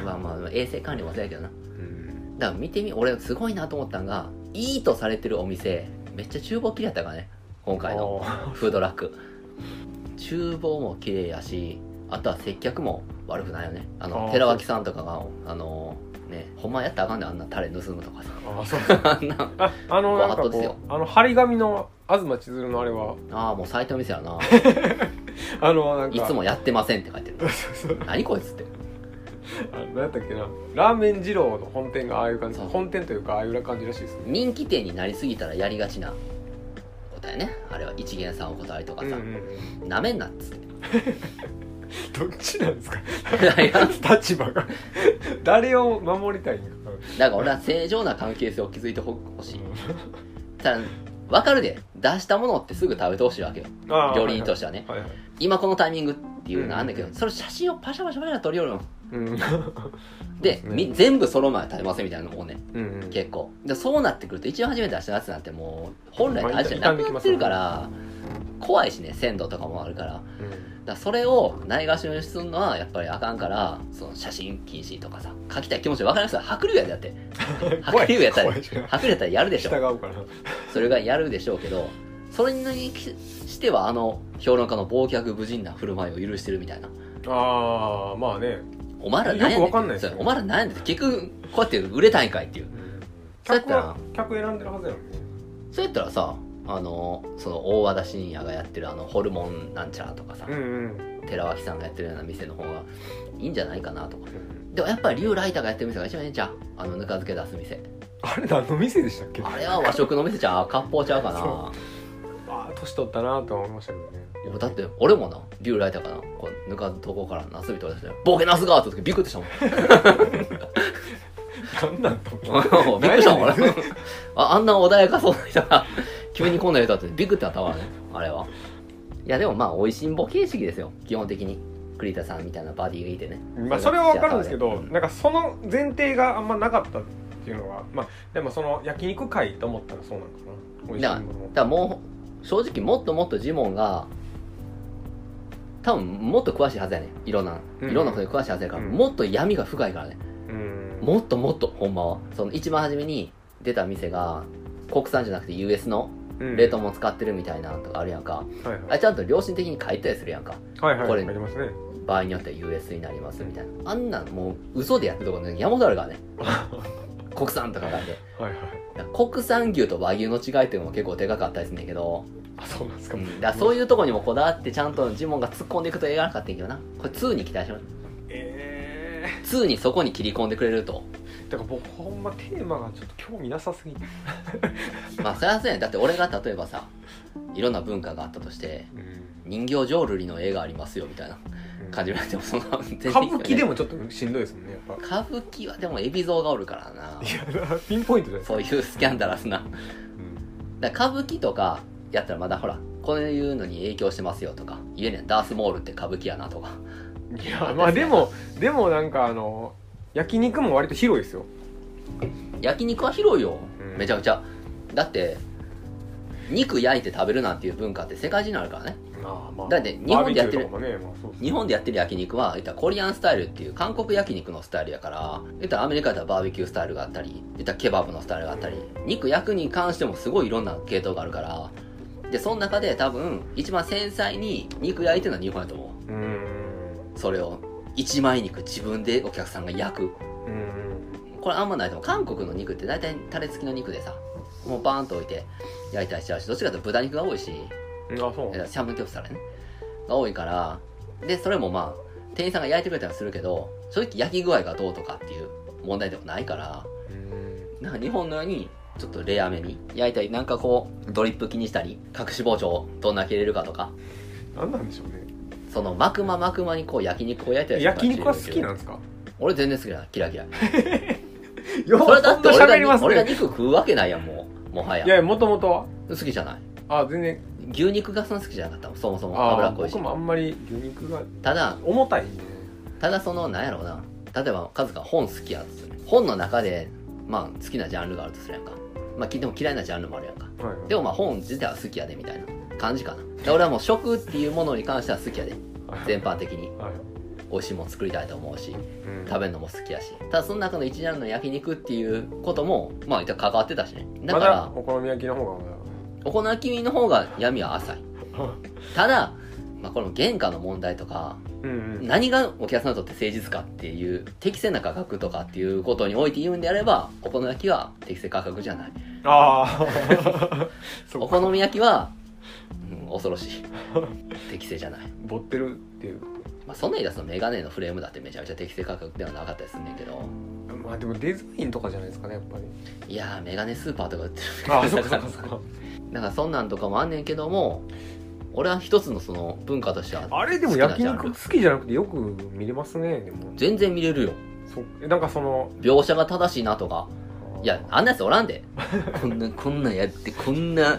まあまあ衛生管理もそうやけどな
うん
だから見てみ俺すごいなと思ったんがいいとされてるお店めっちゃ厨房綺麗やったからね今回の
あ
フードラック厨房も綺麗やしあとは接客も悪くないよねあ
あ
の
ー
寺脇さんとかがあのねほんまやったらあかんねんあんなタレ盗むとかさ
ーあそう
あんな
ああのなんか
ご法度ですよ
こうあの張り紙の東千鶴のあれは
ああもうサイト見せや な
あのなんか
い つもやってませんって書いてる
そうそうそう
何こいつって
あの何やったっけなラーメン二郎の本店がああいう感じ
そう
本店というかああいう感じらしいですね
人気店になりすぎたらやりがちなことやねあれは一元さんお断りとか
うんう
さ
んうん
なめんなっつって
どっちなんですか
いや
立 場が誰を守りたいんか
だから俺は正常な関係性を築いてほほしいただ分かるで出したものってすぐ食べてほしいわけよ
あー
料理人としてはね、
はいはいはい
今このタイミングっていうのあるんだけど、それ写真をパシャパシャパシャ撮りよるの
うん
で、
そうですね
み全部その前食べませんみたいなのもね
うんうん
結構でそうなってくると一番初めて出したやつなんてもう本来の味じゃなくなってるから怖いしね鮮度とかもあるからだか
うん
らそれをないがしろにするのはやっぱりあかんからその写真禁止とかさ書きたい気持ち分かりますよ白龍やでだって白龍やったら
怖い怖い
白龍やったらやるでしょ
従うから
それがやるでしょうけどそれにしてはあの評論家の忘却無人な振る舞いを許してるみたいな
ああまあね
お前ら何やね
よくわかんないです
そう
よ
お前ら何やねんって結局こうやって売れたいんかいっていうそうやっ
客
たら
は客選んでるはずやろ
そうやったらさあのその大和田信也がやってるあのホルモンなんちゃらとかさ、
うん
寺脇さんがやってるような店の方がいいんじゃないかなとか
うん
でもやっぱり龍ライターがやってる店が一番いいんちゃうあのぬか漬け出す店
あれ何の店でしたっけ
あれは和食の店ちゃう割烹ちゃうか
そ
な
ああ年取ったなとは思いましたけどね
俺だって俺もな龍ライターかなこうぬかどこからナスビ取り出してボケナスがーって言った時ビクッとしたもん
何なんと思って
もうびっくりしたもん、俺ああんな穏やかそうな人が急にこんな言うたってビクって頭ねあれはいやでもまあ美味しんぼ形式ですよ基本的に栗田さんみたいなバディがいてね
まあ、それは分かるんですけど、
うん
なんかその前提があんまなかったっていうのは、まあ、でもその焼肉会と思ったらそうなのかな美味しいものも
だからもう正直もっともっとジモンが多分もっと詳しいはずやねいろんな
うん
いろんなことに詳しいはずやから、
うん
もっと闇が深いからね
うん
もっともっとほんまはその一番初めに出た店が国産じゃなくて US の
うん
冷凍も使ってるみたいなのとかあるやんか、
はい
あれちゃんと良心的に書いたりするやんか
はいはい
こ
は
れ
いありますね
場合によっては US になりますみたいなあんなんもう嘘でやってるとこね山ほどある からね国産とか書いて
はいはい
だから国産牛と和牛の違いっていうのも結構でかかったりするんだけど
あそうなんですか、
うんだからそういうとこにもこだわってちゃんとジモンが突っ込んでいくと映画なかったんやけどなこれ2に期待しま
え
す2にそこに切り込んでくれると
ー、だから僕ほんまテーマがちょっと興味なさすぎて、
まあそりゃそうやんだって俺が例えばさいろんな文化があったとして
うん
人形浄瑠璃の映画ありますよみたいな感じられてもそんな全然
歌舞伎で
も
もちょっとしんどいですもんねやっぱ
歌舞伎はでも海老蔵がおるからない
やピンポイントじゃないですか
そういうスキャンダラスなだから歌舞伎とかやったらまだほらこういうのに影響してますよとか言えねんダースモールって歌舞伎やなとか
うんいやまあでもでもなんかあの焼肉も割と広いですよ
焼肉は広いよ、
うん
めちゃくちゃだって肉焼いて食べるなんていう文化って世界中にあるからね
ああま
だって日本でやってる
バーベキューとかもねまあそうそう
日本でやってる焼肉は言ったらコリアンスタイルっていう韓国焼肉のスタイルやから言ったらアメリカだったらバーベキュースタイルがあったり言ったらケバブのスタイルがあったり肉焼くに関してもすごいいろんな系統があるからでその中で多分一番繊細に肉焼いてるのは日本やと思
うん
うそれを一枚肉自分でお客さんが焼く
うん
これあんまないと思う韓国の肉って大体タレ付きの肉でさもうバーンと置いて焼いたりしちゃうしどっちかというと豚肉が多いし
うんあそう
えシャンブンキョプサラねが多いからでそれもまあ店員さんが焼いてくれたりはするけど正直焼き具合がどうとかっていう問題でもないから
うん
なんか日本のようにちょっとレアめに焼いたりなんかこうドリップ気にしたり隠し包丁をどんな切れるかとか
何なんでしょう
そのまくままくまにこう焼肉を焼いたり
ね
とか
焼肉は好きなん
の
ですか
俺全然好きなキラキラ
よ
それだ
そ
っ
ん
て
な
俺が,、
喋ります
俺が
ね
肉食うわけないやんもうもはい
やい
や
やもともとは
好きじゃない
あ全然
牛肉がそんな好きじゃなかったもんそもそも脂
あ
っこいし
僕もあんまり牛肉が
ただ
重たいんで
ただそのなんやろうな例えばカズが本好きやとする本の中でまあ好きなジャンルがあるとするやんかまあきでも嫌いなジャンルもあるやんか
はいはい
でもまあ本自体は好きやでみたいな感じかなだから俺はもう食っていうものに関しては好きやで全般的に
はい
美味しいもん作りたいと思うし
うん
食べるのも好きやしただその中の一ジャンルの焼肉っていうこともまあ一応関わってたしねだ
ま
か
だ
ら
お好み焼きの方がまだ
お好み焼きの方が闇は浅いただまあこの原価の問題とか
うんうん
何がお客さんにとって誠実かっていう適正な価格とかっていうことにおいて言うんであればお好み焼きは適正価格じゃない
ああそ
お
うか
好み焼きは、うん、恐ろしい適正じゃない、
ぼってるっていう
まあ、そんな言い出すとメガネのフレームだってめちゃめちゃ適正価格ではなかったりすんねんけど
まあでもデザインとかじゃないですかねやっぱり
いやーメガネスーパーとか売ってる
ああそっかそっかそっか
なんかそんなんとかもあんねんけども俺は一つのその文化としては
あれでも焼肉好きじゃなくてよく見れますねでも
全然見れるよ
そえなんかその
描写が正しいなとかいや、あんなやつおらん で。こんな、こんなんやって、こんな、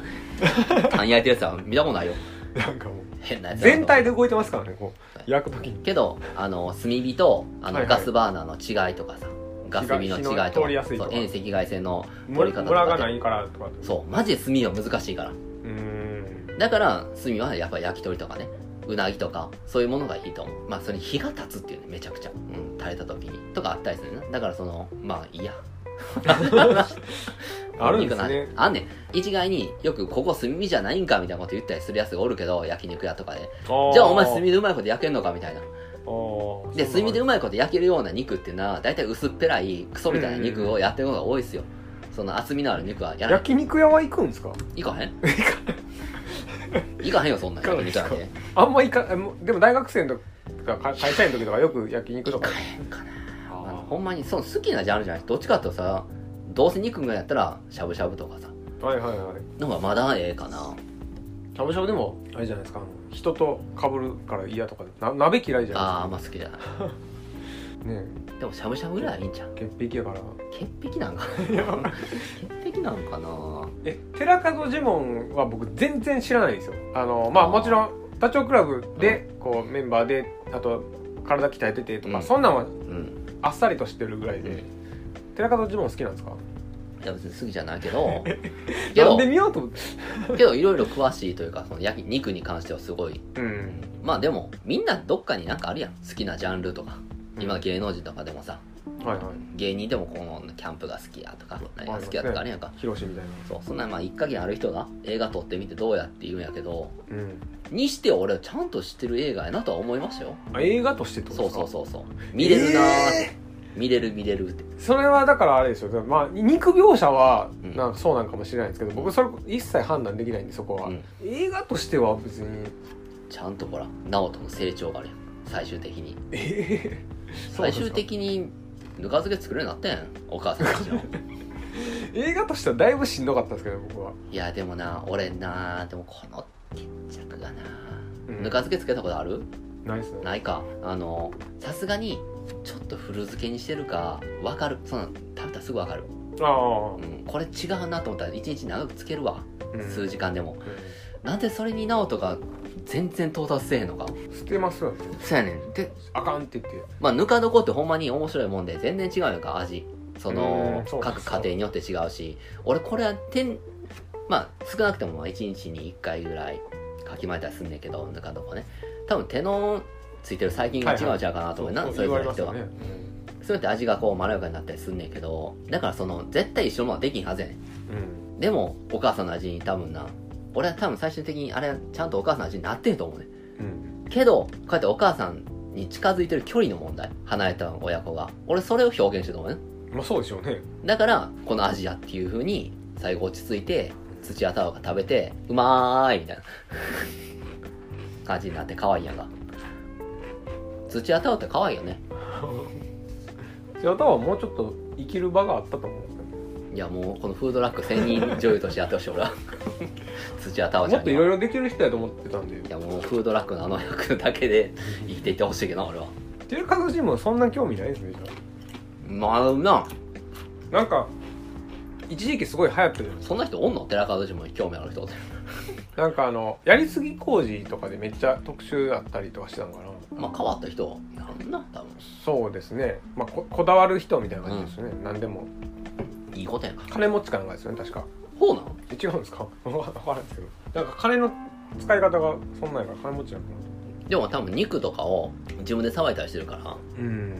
単焼いてるやつは見たことないよ。
なんかもう
変なやつだなと
全体で動いてますからねこ
はいう
焼く時に
けど、あの、炭火と、あ
は
の、
いはい
ガスバーナーの違いとかさ、ガス火の違い
火の
と
通りやすいと
そう
か
遠赤外線の、
ム
取り方
ラ
とか
ムラがないからとかって
そう、マジで炭は難しいから。
う ーん
だから、炭はやっぱ焼き鳥とかね、うなぎとか、そういうものがいいと思う。まあ、それに火が立つっていうね、めちゃくちゃ。うん、垂れた時に。とかあったりするな。だから、その、まあ、いいや。
あるん
お肉
ですね
の味あんねん一概によくここ炭火じゃないんかみたいなこと言ったりするやつがおるけど焼肉屋とかでじ
じ
ゃあお前炭でうまいこと焼けんのかみたいなで炭で
う
うまいこと焼けるような肉っていうのは大体薄っぺらいクソみたいな肉をやってるのが多いですよその厚みのある肉はやらない
焼肉屋は行くんですか
いかへんいかへんよそんな焼肉なんて
あんま行かえもうでも大学生の時とかか会社員の時とかよく焼肉
い
と
か
か
へんかなあの
あ
ほんまにその好きなジャンルじゃないどっちかっていうとさどうせ肉がやったらしゃぶしゃぶとかさ
ーはいはいはい
の方がまだええかな
しゃぶしゃぶでもあれじゃないですかあの人と被るから嫌とかな鍋嫌いじゃない
あーあ
で
んま好きじゃない
ね
でもしゃぶしゃぶぐらいはいいんちゃう
え潔癖やから
潔癖なんか
いや
潔癖なんかな
え寺門ジモンは僕全然知らないんですよあのまあもちろんダチョウ倶楽部でこうメンバーであと体鍛えててとか、
うん
そんなんは
うん
あっさりとしてるぐらいで、
うん
寺門ジモン好きなんですか
いや別に好きじゃないけ どけ
なん
ど
で見ようと思って
けどいろいろ詳しいというかその焼き肉に関してはすごい、
うん
まあでもみんなどっかになんかあるやん好きなジャンルとか今
はい
芸能人とかでもさ
はい
芸人でもこのキャンプが好きやとか何が好きやとかあるやんか
広志みたいな
そうそんなんまあ一かげある人が映画撮ってみてどうやって言うんやけど
うん
にしては俺はちゃんと知ってる映画やなとは思いましたよ
あ映画としてってこと
そ
で
う
す
そ
か
うそうそう見れるなーって、
え
見れる見れるって
ーそれはだからあれですよまあ肉描写は
うん
なんかそうなんかもしれないですけど、僕それ一切判断できないんでそこは、
うん
映画としては別に
ちゃんとほら直人の成長があるやん最終的に
えそうなん
最
ですか
終的にぬか漬け作るようになったやんお母さんたちの
ー映画としてはだいぶしんどかったんですけど僕はい
やでもな俺なでもこの決着がな、
うん
ぬか漬けつけたことある
ないですね
ないかあのさすがにちょっと古漬けにしてるかわかるそんなん食べたらすぐわかる、
ああ、
うん、これ違うなと思ったら一日長くつけるわ、
うん
数時間でも
う
なんでそれに直人が全然到達せえへんのか
ん捨てますよね
そうやねんで
あかんって言って
まあぬか床ってほんまに面白いもんで全然違うやんか味その
うんそう
各家庭によって違うし俺これは天まあ少なくても1日に1回ぐらいかきまいたりすんねんけどぬか床ね多分手のついてる細菌が違うんちゃうかなと思うな、
そう
それ
言
ぞ
わ
れ
れ
の
ます
人
よ
は
ね、
そうやって味がこうまろやかになったりすんねんけどだからその絶対一緒のはできんはずやねん
うん
でもお母さんの味に多分な俺は多分最終的にあれちゃんとお母さんの味になってると思うねん
うん
けどこうやってお母さんに近づいてる距離の問題離れた親子が俺それを表現してると思うね
まあそうでしょうね
だからこのアジアっていう風に最後落ち着いて土屋太鳳が食べてうまーいみたいな感じになって可愛いやんか土屋太鳳って可愛いよね
じゃあはもうちょっと生きる場があったと思うんですよね
いやもうこのフードラック専任女優としてやってほしい俺 は土屋太鳳ち
も
ゃ
っ
ん
と
に
い
は
ろいろできる人やと思ってたんで
いやもうフードラックのあの役だけで生きていってほしいけどな俺は
ていう形にもそんな興味ないですねじゃ
まあな
あなんか一時期すごい流行ってる
そんな人おんの寺門ジモンに興味ある人って
なんかあのやりすぎ工事とかでめっちゃ特集あったりとかしてたのかな
まあ変わった人なんなん多分
そうですね、まあ、ここだわる人みたいな感じですね、何でも
いいことやんか
金持ちかなんかですよね確か
ほうなの
え違うんですか わからんですけどなんか金の使い方がそんなんやから金持ちなのかな
でも多分肉とかを自分でさばいたりしてるから
うん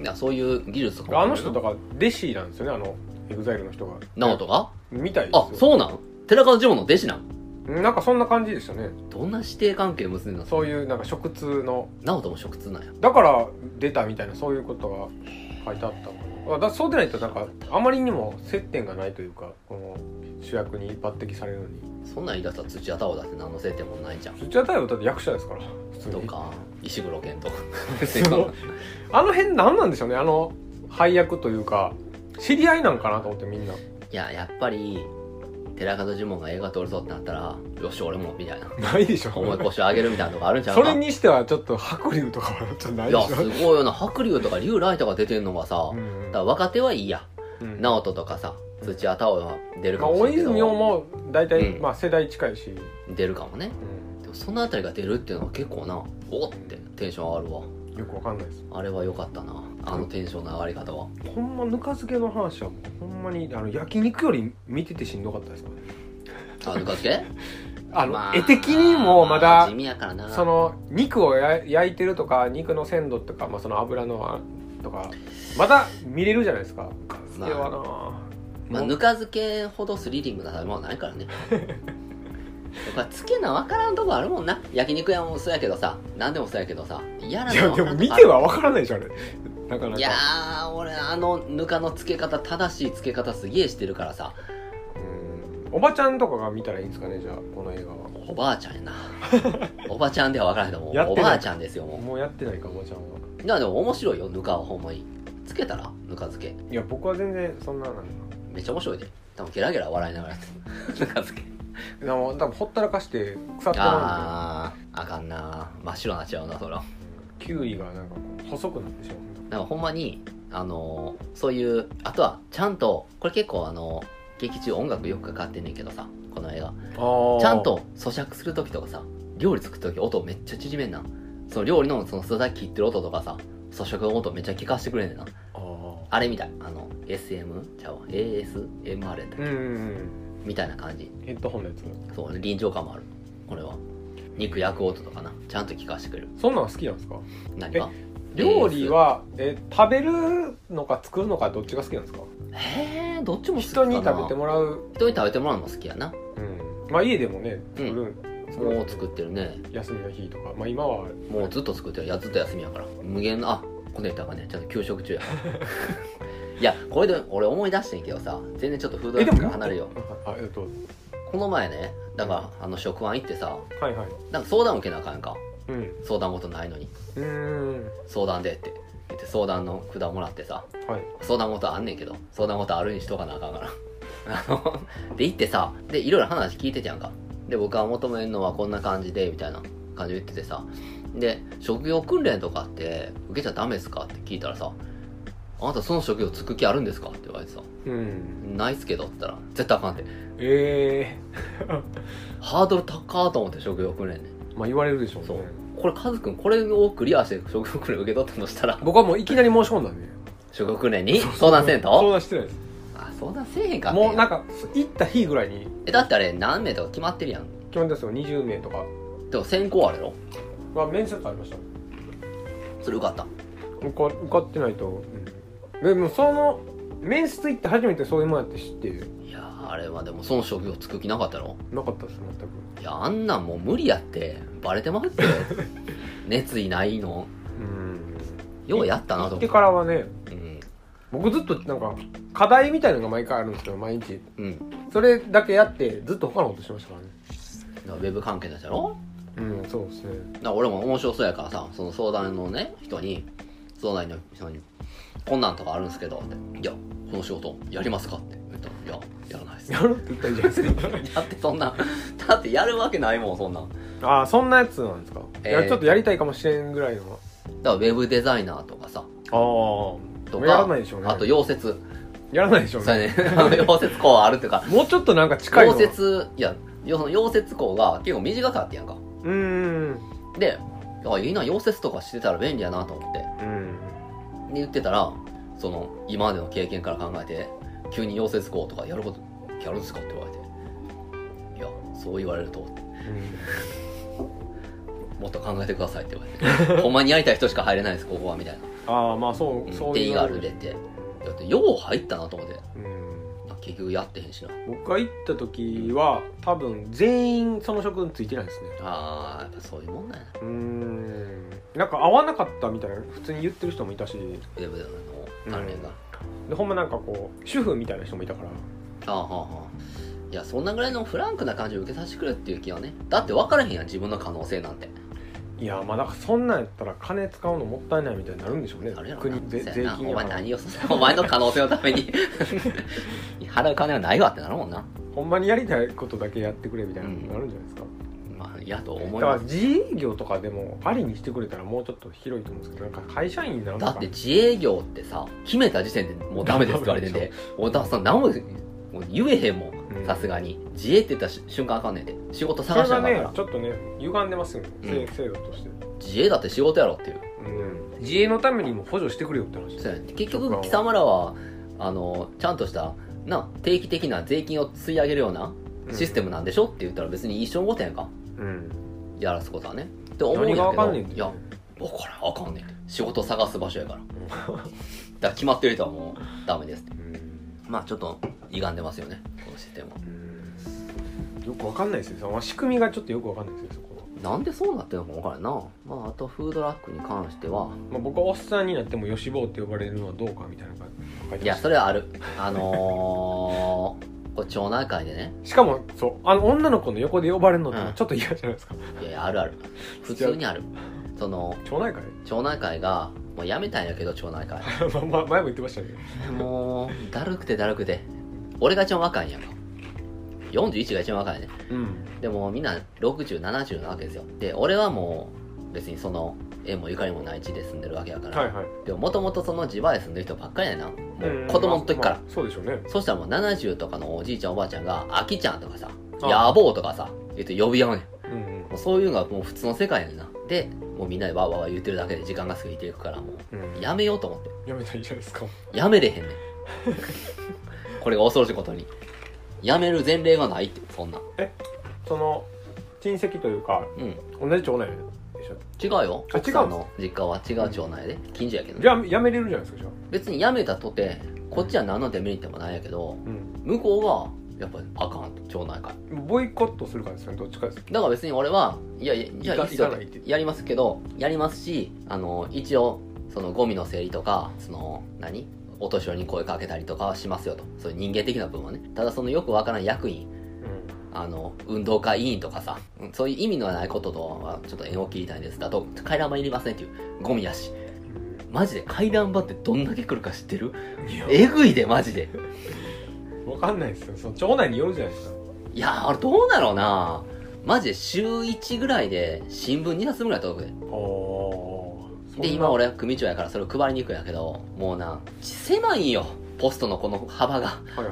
いやそういう技術とかも
あ
る
の
よ
人だから弟子なんですよねあのエグザイルの人が
な直人が
みたいですよ
あそうなん寺門ジモンの弟子なん
なんかそんな感じでしたね
どんな師弟関係結んでんの
そういうなんか食通の
直人も食通なんや
だから出たみたいなそういうことが書いてあったのかなあだそうでないとなんかあまりにも接点がないというかこの主役に抜擢されるのに
そんなん言い出したら土屋太鳳だって何のせいってもんないじゃん
土屋太鳳だって役者ですから普通
と
に
か石黒賢とか
そのあの辺何なんでしょうねあの配役というか知り合いなんかなと思ってみんない
ややっぱり寺門ジモンが映画撮るぞってなったらよし俺もみ たいな
ないでしょ
思い越し上げるみたいなのがあるんちゃう
そ
か
れにしてはちょっと白龍とかはちょっとない
い
で
や
し
す
ょ
ごいよな白龍とか龍ライトが出てんのがさ、
う
だ
ん
から若手はいいや
うん
直人とかさ土屋太鳳は出る
ま
かも
あ、
し
大
れんけど、
泉洋も大体、
うん
まあ、世代近いし、
出るかもねでもそのあたりが出るっていうのは結構なおってテンション上がるわ
よくわかんないです
あれは良かったなあのテンションの上がり方は
ほんまぬか漬けの話はもうほんまにあの焼肉より見ててしんどかったですかね
あぬか漬け
あの、
ま
絵的にもまだ
地味やからな
その肉をや焼いてるとか肉の鮮度とか、まあ、その油のあとかまだ見れるじゃないですかぬか漬けはな、
まあ、
もう
ぬか漬けほどスリリングな食べ物はない からねこれつけな分からんとこあるもんな焼肉屋もそうやけどさ何でもそうやけどさやら
い
な
や
分
で
から
も
ん
見
とこある
てはわからないでしょあれなかないか
やー俺あのぬかの漬け方正しい漬け方すげえしてるからさ
うんおばちゃんとかが見たらいいんですかねじゃあこの映画は
おばあちゃんやな おばちゃんでは分からないと思
やっ
うお
てない
ばあちゃんですよもう
もうやってないかおばちゃんはい
やでも面白いよぬかはほんまにつけたらぬか漬け
いや僕は全然そんななんか
めっちゃ面白いで多分ゲラゲラ笑いながらやってる ぬか漬け
でも多分ほったらかして腐ってらんで
あーあかんな真っ白になっちゃうなそら
キュウリがなんかこう細くなってしまうん
だ
だ
からほんまに、あのーそういう、あとは、ちゃんと、これ結構あのー劇中音楽よくかかってんねんけどさ、この映画。ちゃんと咀嚼するときとかさ、料理作るとき音めっちゃ縮めんな。その料理のその素材切ってる音とかさ、咀嚼の音めっちゃ聞かしてくれんねんな。
あー
あれみたい。あの、SM? ちゃうわ。ASMR やったっ
う
け
んうん
みたいな感じ。
うんヘッドホンのやつ
そう、臨場感もある。これは。肉焼く音とかな。ちゃんと聞かしてくれる。
そんなん好きなんですか
何が
料理はえ食べるのか作るのかどっちが好きなんですか
へえどっちも好き
人
かな
に食べてもらう、
人に食べてもらうのも好きやな
うん、まあ家でもね作る、作る
もう作ってるね
休みの日とかまあ今は
もうずっと作ってるいやずっと休みやから無限のあこの人がねちょっと休職中や いやこれで俺思い出してんけどさ全然ちょっとフード
え
ロ
で
ッ
も
クから離れよう
あえっと
この前ねだからあの職案行ってさ
はいはい
なんか相談受けなあかんやんか
うんう
相談事ないのに
ーん
相談でって言って相談の札もらってさ
はい
相談事あんねんけど相談事あるにしとかなあかんから あので行ってさでいろいろ話聞いてたやんかで僕は求めるのはこんな感じでみたいな感じで言っててさで職業訓練とかって受けちゃダメですかって聞いたらさあなたその職業つく気あるんですかって言われてさ
うん
ないっすけどって言ったら絶対あかんって
え
ハードル高ーと思って職業訓練ね
ー、まあ言われるでしょうね
そうこれカズくんこれをクリアして職業訓練受け取ったとしたら
僕はもういきなり申し込んだんで
職業訓練に相談せんと
相談してないです
あ相談せえへんかったんや
もうなんか行った日ぐらいに
えだってあれ何名とか決まってるやん
決まったんですよ20名とか
でも選考あれやろ
は面接ありました
それ受かった
受か受かってないと、うん、でもその面接行って初めてそういうもんやって知って
いやーあれはでもその職業つく気なかったろ
なかったです全く
いやあんなんもう無理やってバレてます よ熱意ないの
うん
ようやったなと
行っ
思
て
っ
からはね
てうん
僕ずっとなんか課題みたいなのが毎回あるんですけど毎日
うん
それだけやってずっと他のことしてましたからね
だからウェブ関係だったろ
うんそうですね
だから俺も面白そうやからさその相談のね人に相談の人に「こんなんとかあるんですけど」って「いやこの仕事やりますか?」って言ったら「いややらない です」
やるって言ったらいいじゃないですか
だってそんなだってやるわけないもんそんなん
ああそんなやつなんですか、
えー
いやちょっとやりたいかもしれんぐらいの
だからウェブデザイナーとかさ
あ
と
あ
か
やらないでしょうね
あと溶接
やらないでしょう
そう
ね
やね あの溶接工あるとか
もうちょっとなんか近いの
溶接いや要その溶接工が結構短かったやんか
うーん
であいいな溶接とかしてたら便利やなと思ってで
うん
言ってたらその今までの経験から考えて急に溶接工とかやることやるんですかって言われていやそう言われるともっと考えてくださいって言わ れてほんまにやりたい人しか入れないですここはみたいな
ああまあそう、
うん
そう
定
い
義
う
があるでってだってよう入ったなと思って
うん
あ結局やってへんしな
僕が行った時は多分全員その職についてないですね
あーやっぱそういうもんなんやな
うーんなんか合わなかったみたいな普通に言ってる人もいたし
ウェブデザイナーの関連が、
でほんまなんかこう主婦みたいな人もいたから
ああはあはあいやそんなぐらいのフランクな感じを受けさせてくれっていう気はねだって分からへんやん自分の可能性なんて
いやまあだからそんなんやったら金使うのもったいないみたいになるんでしょうね
あれやろな
国ぜ
そう
税
やな
金
お前
が
何をそお前の可能性のために払う金はないわってなるもんな
ほんまにやりたいことだけやってくれみたいなになるんじゃないですか、
まあいやと思い
だから
ます
自営業とかでもありにしてくれたらもうちょっと広いと思うんですけどなんか会社員になるの
だ
か
って自営業ってさ決めた時点でもうダメですって言われて
ダメ
ておださ何ももう言えへんも
うんん
さすがに自営って言ったし瞬間あかんねんで仕事
そ
探
れ
して
が
なかったら、
ねちょっとね歪んでますよね、
うん
制制度として、
自営だって仕事やろっていう
うん、自営のためにも補助してくれよって話
そうやね結局貴様らはあのちゃんとしたな定期的な税金を吸い上げるようなシステムなんでしょって言ったら別に一生ごとやんか
うん、
やらすことはねって思うん
何
や
がわ
け
か
ど
んねんって
いや分からんあかんねんって仕事探す場所や からだから決まってる人はもうダメですって
うん
まあちょっと歪んでますよねこのシステムは
うんよくわかんないですよその仕組みがちょっとよくわかんないですよそこは、
なんでそうなってるのか分からんなまああとフードラックに関しては
まあ、僕はおっさんになっても吉坊って呼ばれるのはどうかみたいな感じ
いやそれはあるあの ー、これ町内会でね
しかもそうあの女の子の横で呼ばれるの
うん
ってちょっと嫌じゃないですか、
いやいやあるある普通にあるその
町内会
町内会がもうやめたんやけど町内会
まあまあ前も言ってましたけど
もうだるくてだるくて俺が一番若いんやんか41が一番若いね
うん
でもみんな6070なわけですよで俺はもう別にその縁もゆかりもない地で住んでるわけやから、
はいはい
でももともとその地場へ住んでる人ばっかりやなも
うん
う子供の時から、
まあまあそうでしょうね
そしたらもう70とかのおじいちゃんおばあちゃんが「あきちゃん」とかさ「
あ
やぼう」とかさ言って呼び合うねん
うんうん
もうそういうのがもう普通の世界やねんなでもうみんなでわーわーわー言ってるだけで時間が過ぎていくからも
うん
うやめようと思って
やめたらいいじゃないですか
やめれへ んねんこれが恐ろしいことにやめる前例がないってそんな
その親戚というか
うん
同じ町内でしょ
違うよ
あ違う
奥さんの実家は違う町内で近所やけどね
じゃあやめれるじゃないですかじゃあ
別にやめたとてこっちは何のデメリットもないやけど
うん
向こうはやっぱりあかんと町内会
ボイコットするからですよねどっちかですよ
だから別に俺はいやいやじゃあいい
行
っ
か
すよ
行かないって
やりますけどやりますしあの一応そのゴミの整理とかその何お年寄りに声かけたりとかはしますよとそういう人間的な部分はねただそのよくわからん役員あの運動会委員とかさうんそういう意味のないこととはちょっと縁を切りたいですだと回覧板いりませんっていうゴミやしマジで回覧板ってどんだけ来るか知ってる
うんいや
えぐいでマジで
わかんないですよその町内によるじゃないですか
いやーあれどうだろうなマジで週1ぐらいで新聞2冊分ぐらい届くで
おー
で今俺は組長やからそれを配りに行くんやけどもうな狭いんよポストのこの幅が
はいはい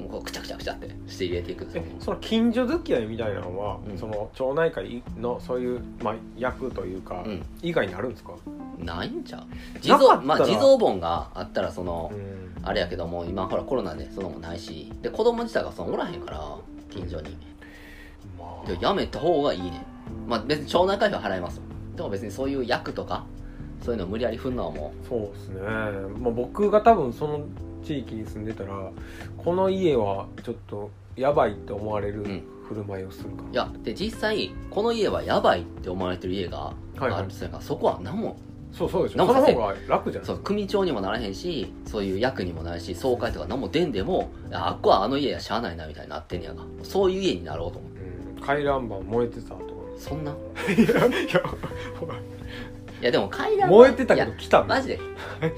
もうこうくちゃくちゃくちゃってして入れていく
えその近所付き合いみたいなのは、
うん
その町内会のそういう、まあ、役というか、
うん
以外にあるんですか、
ないんちゃう地
なかった
蔵
ら
まあ地蔵盆があったらその、
ん
あれやけどもう今ほらコロナでそのもないしで子供自体がそのおらへんから近所に
ま
でやめた方がいいねまあ別に町内会費は払いますよでも別にそういう役とかそういうのを無理やり振るのはも
そうですね、まあ、僕が多分その地域に住んでたらこの家はちょっとやばいと思われる
ん
振る舞いをするか
うい
ら、
やで実際この家はやばいって思われてる家があ
はいはい
るんですから、そこは何も
そうそうでし
な
ょ
ん
そ
か
の
さ
方が楽じゃないです
そ
か
う組長にもならへんしそういう役にもなるし総会とか何も出んでもああっこはあの家やしゃあないなみたいになってんねやがそういう家になろうと思う
うん回覧板燃えてたとか
そん ない
やいやほ
いやでも階
ら
段は
燃えてたけ
い
ど
や
来たの、
マジで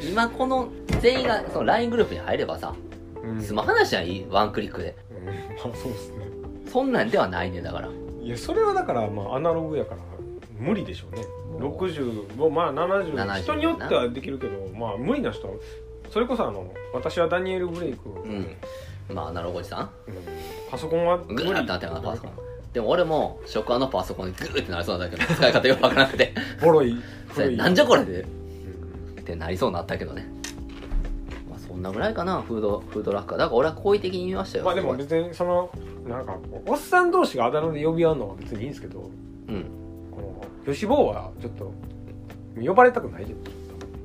今この全員がその LINE グループに入ればさ
うん
スマホなしじゃいいワンクリックで
うんまあそうですね
そんなんではないねだから
いやそれはだからまあアナログやから無理でしょうね
もう
60もまあ70
70
人によってはできるけどまあ無理な人はそれこそあの私はダニエル・ブレイク、
んまあアナログおじさん
うんパソコンは無
グ
理
ーってなってるなパソコンでも俺も職場のパソコンにグーってなりそうなんだけど使い方よくわからなく て
ボロい
そ
古
れ
い
なんじゃこれで
うん
ってなりそうになったけどねまあそんなぐらいかなフードフードラッカーだから俺は好意的に見ましたよ
まあでも
そこ
別にそのなんかこうおっさん同士があだ名で呼び合うのは別にいいんですけど
はうん
この吉坊はちょっと呼ばれたくないで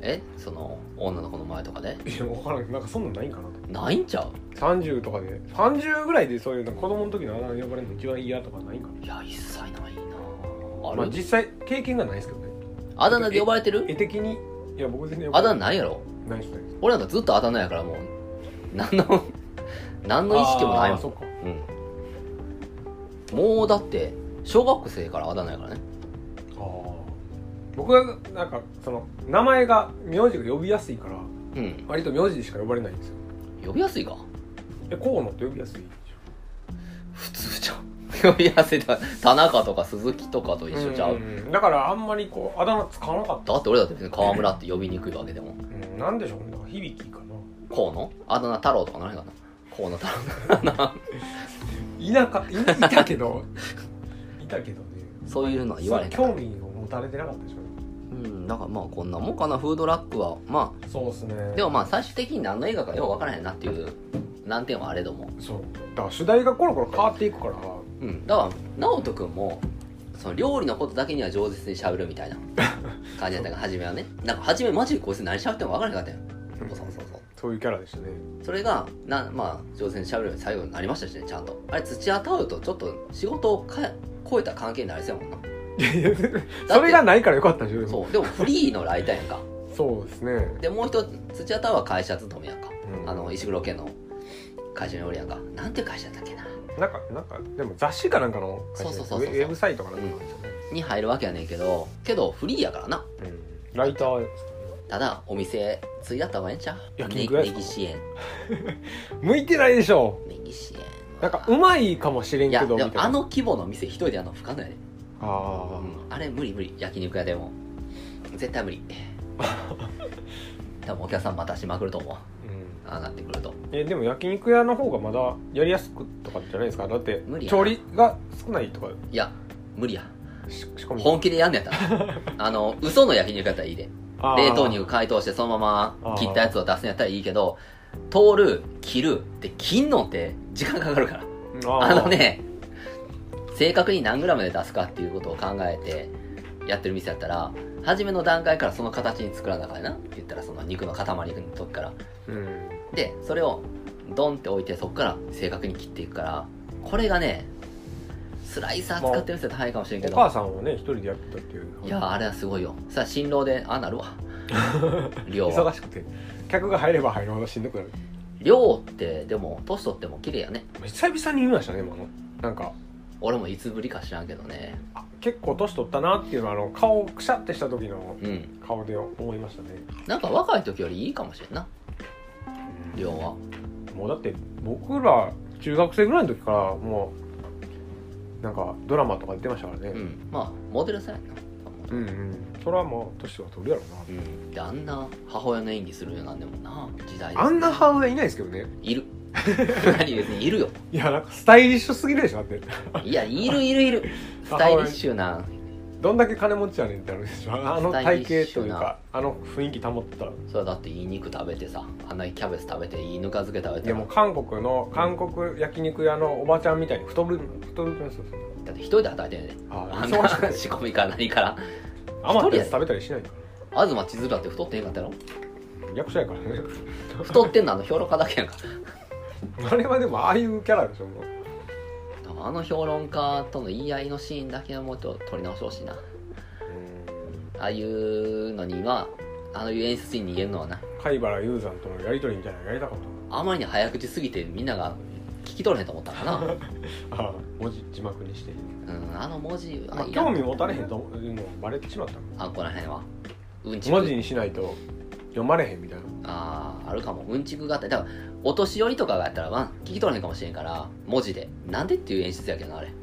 えその女の子の前とかで
いや分からんなんかそんなんないんかなと
ないんちゃう
30とかで30ぐらいでそういうなんか子供の時のあだ名呼ばれるの一番嫌とかないんかない
や一切ないなあれ、
まあ、実際経験がないですけどね
あだ名で呼ばれてる
絵的にいや僕全然
あだ名
名
ないやろ
ないですないです
俺なんかずっとあだ名やからもう何の 何の意識もない
あ
も
ー
ん
そっか
うんもうだって小学生からあだ名やからね
あー僕はなんかその名前が名字が呼びやすいから
うん
割と名字でしか呼ばれないんですよ
呼びやすいか
え河野って呼びやすいでし
普通じゃん 呼びやすいだ田中とか鈴木とかと
ょ
一緒ちゃう、
んんんだからあんまりこうあだ名使わなかった、
だって俺だって別に川村って呼びにくいわけでも
うん、なんでしょうねだから響きか
河野あだ名太郎とかならへんかな河野太郎
な田舎いいたけ どいたけどね
そういうのは言われへんか
そ
ら
う興味を持たれてなかったでしょ
うんだからまあこんなもんかなフードラックはま
そうですね
あでもまあ最終的に何の映画かよう分からへんなっていう難点はあれども
そうだから主題がコロコロ変わっていくから
うん、だから直人君もその料理のことだけには上手にしゃべるみたい な感じだったから初めはねなんか初めマジでこいつ何しゃべっても分からなかったよそうそうそうそう
そういうキャラ でしたね
それがなまあ上手にしゃべるように最後になりましたしねちゃんとあれ土屋太鳳とちょっと仕事をか超えた関係になりそうやもんない
やいやそれがないからよかったんでしょでも
そうでもフリーのライターやんか
そうですね、
でもう一つ土屋太鳳は会社勤めやんか
うん
あの石黒家の会社におるやんかなんて会社だったっけな
なんかなんかでも雑誌かなんかの会社
そうそうそうそう
ウェウェブサイトかなんかの会社ね、
に入るわけやねんけどけどフリーやからな
うんライターですか
ただお店継いだった方がええんちゃう
焼肉屋
ねネギ支援
ね向いてないでしょ
ネギ支援
なんかうまいかもしれん
い
け
や
どみ
で
たい
も
な
あの規模の店一人でやるの不可能やね
ああ
うんあれ無理無理焼肉屋でも絶対無 理多分お客さん待たしまくると思う
ーうん
ああなってくると
えでも焼肉屋の方がまだやりやすくとかじゃないですかだって
無理やな
調理が少ないとか
いや無理や
し仕込み
本気でやんねやった らあの嘘の焼肉やったらいいで
あー
冷凍肉解凍してそのまま切ったやつを出すんやったらいいけど通る切るって切んのって時間かかるから
あ
あ
ー
のね正確に何グラムで出すかっていうことを考えてやってる店やったら初めの段階からその形に作らなあかんやなって言ったらその肉の塊の時から
うん
でそれをドンって置いてそこから正確に切っていくからこれがねスライサー使ってる人は大変かもしれんけ
お
ど、
母さんはね一人でやってたっていう
いやあれはすごいよさあ新郎でああなる わ量は
忙しくて客が入れば入るほどしんどくなる
量ってでも年取っても綺麗やね
久々に見ましたね今のなんか
俺もいつぶりか知らんけどね
あ結構年取ったなっていうのはあの顔をくしゃってした時の
うん
顔で思いましたね
なんか若い時よりいいかもしれんな量は
もうだって僕ら中学生ぐらいの時からもうなんかドラマとか出てましたからね、
うんまあモデルさんやな
うんうんそれはもう年は取るやろ
う
うん
であんな母親の演技するようなんでもな時代で
なあんな母親いないですけどね
いる何別にいるよ
いやなんかスタイリッシュすぎるでしょだって
いやいるいるいるスタイリッシュな
どんだけ金持ちやねんってあるでしょあの
スタイ
体
リ
型
ッシ
と
ュ
いう
な
かあの雰囲気保ったら
それはだっていい肉食べてさあんなにキャベツ食べていいぬか漬け食べて
でも韓国の韓国焼肉屋のおばちゃんみたいに太る太るんですよ
だって一人で働いてんねんで
あ
あん
忙
な
し くて
仕込みから何から
余ったやつ食べたりしないから
東千鶴だって太ってへんかったやろ
役者やから ね
太ってんのあの評論家だけやんか
あれはでもああいうキャラでしょもう
あの評論家との言い合いのシーンだけはもうちょっと撮り直してほしいなああいうのにはあのいう演出に逃げるのはな
貝原雄山とのやり取りみたいなのやりたかっ
あまりに早口すぎてみんなが聞き取れへんと思ったん かな、
たなああ文字字幕にして、
うん、あの文字
まあ
いら
興味持たれへんというのバレてしまったの
あこの辺はうんちく
文字にしないと読まれへんみたいな
あああるかもうんちくがあっただからお年寄りとかがやったら、まあ、聞き取れへんかもしれんから文字でなんでっていう演出やけどなあれだか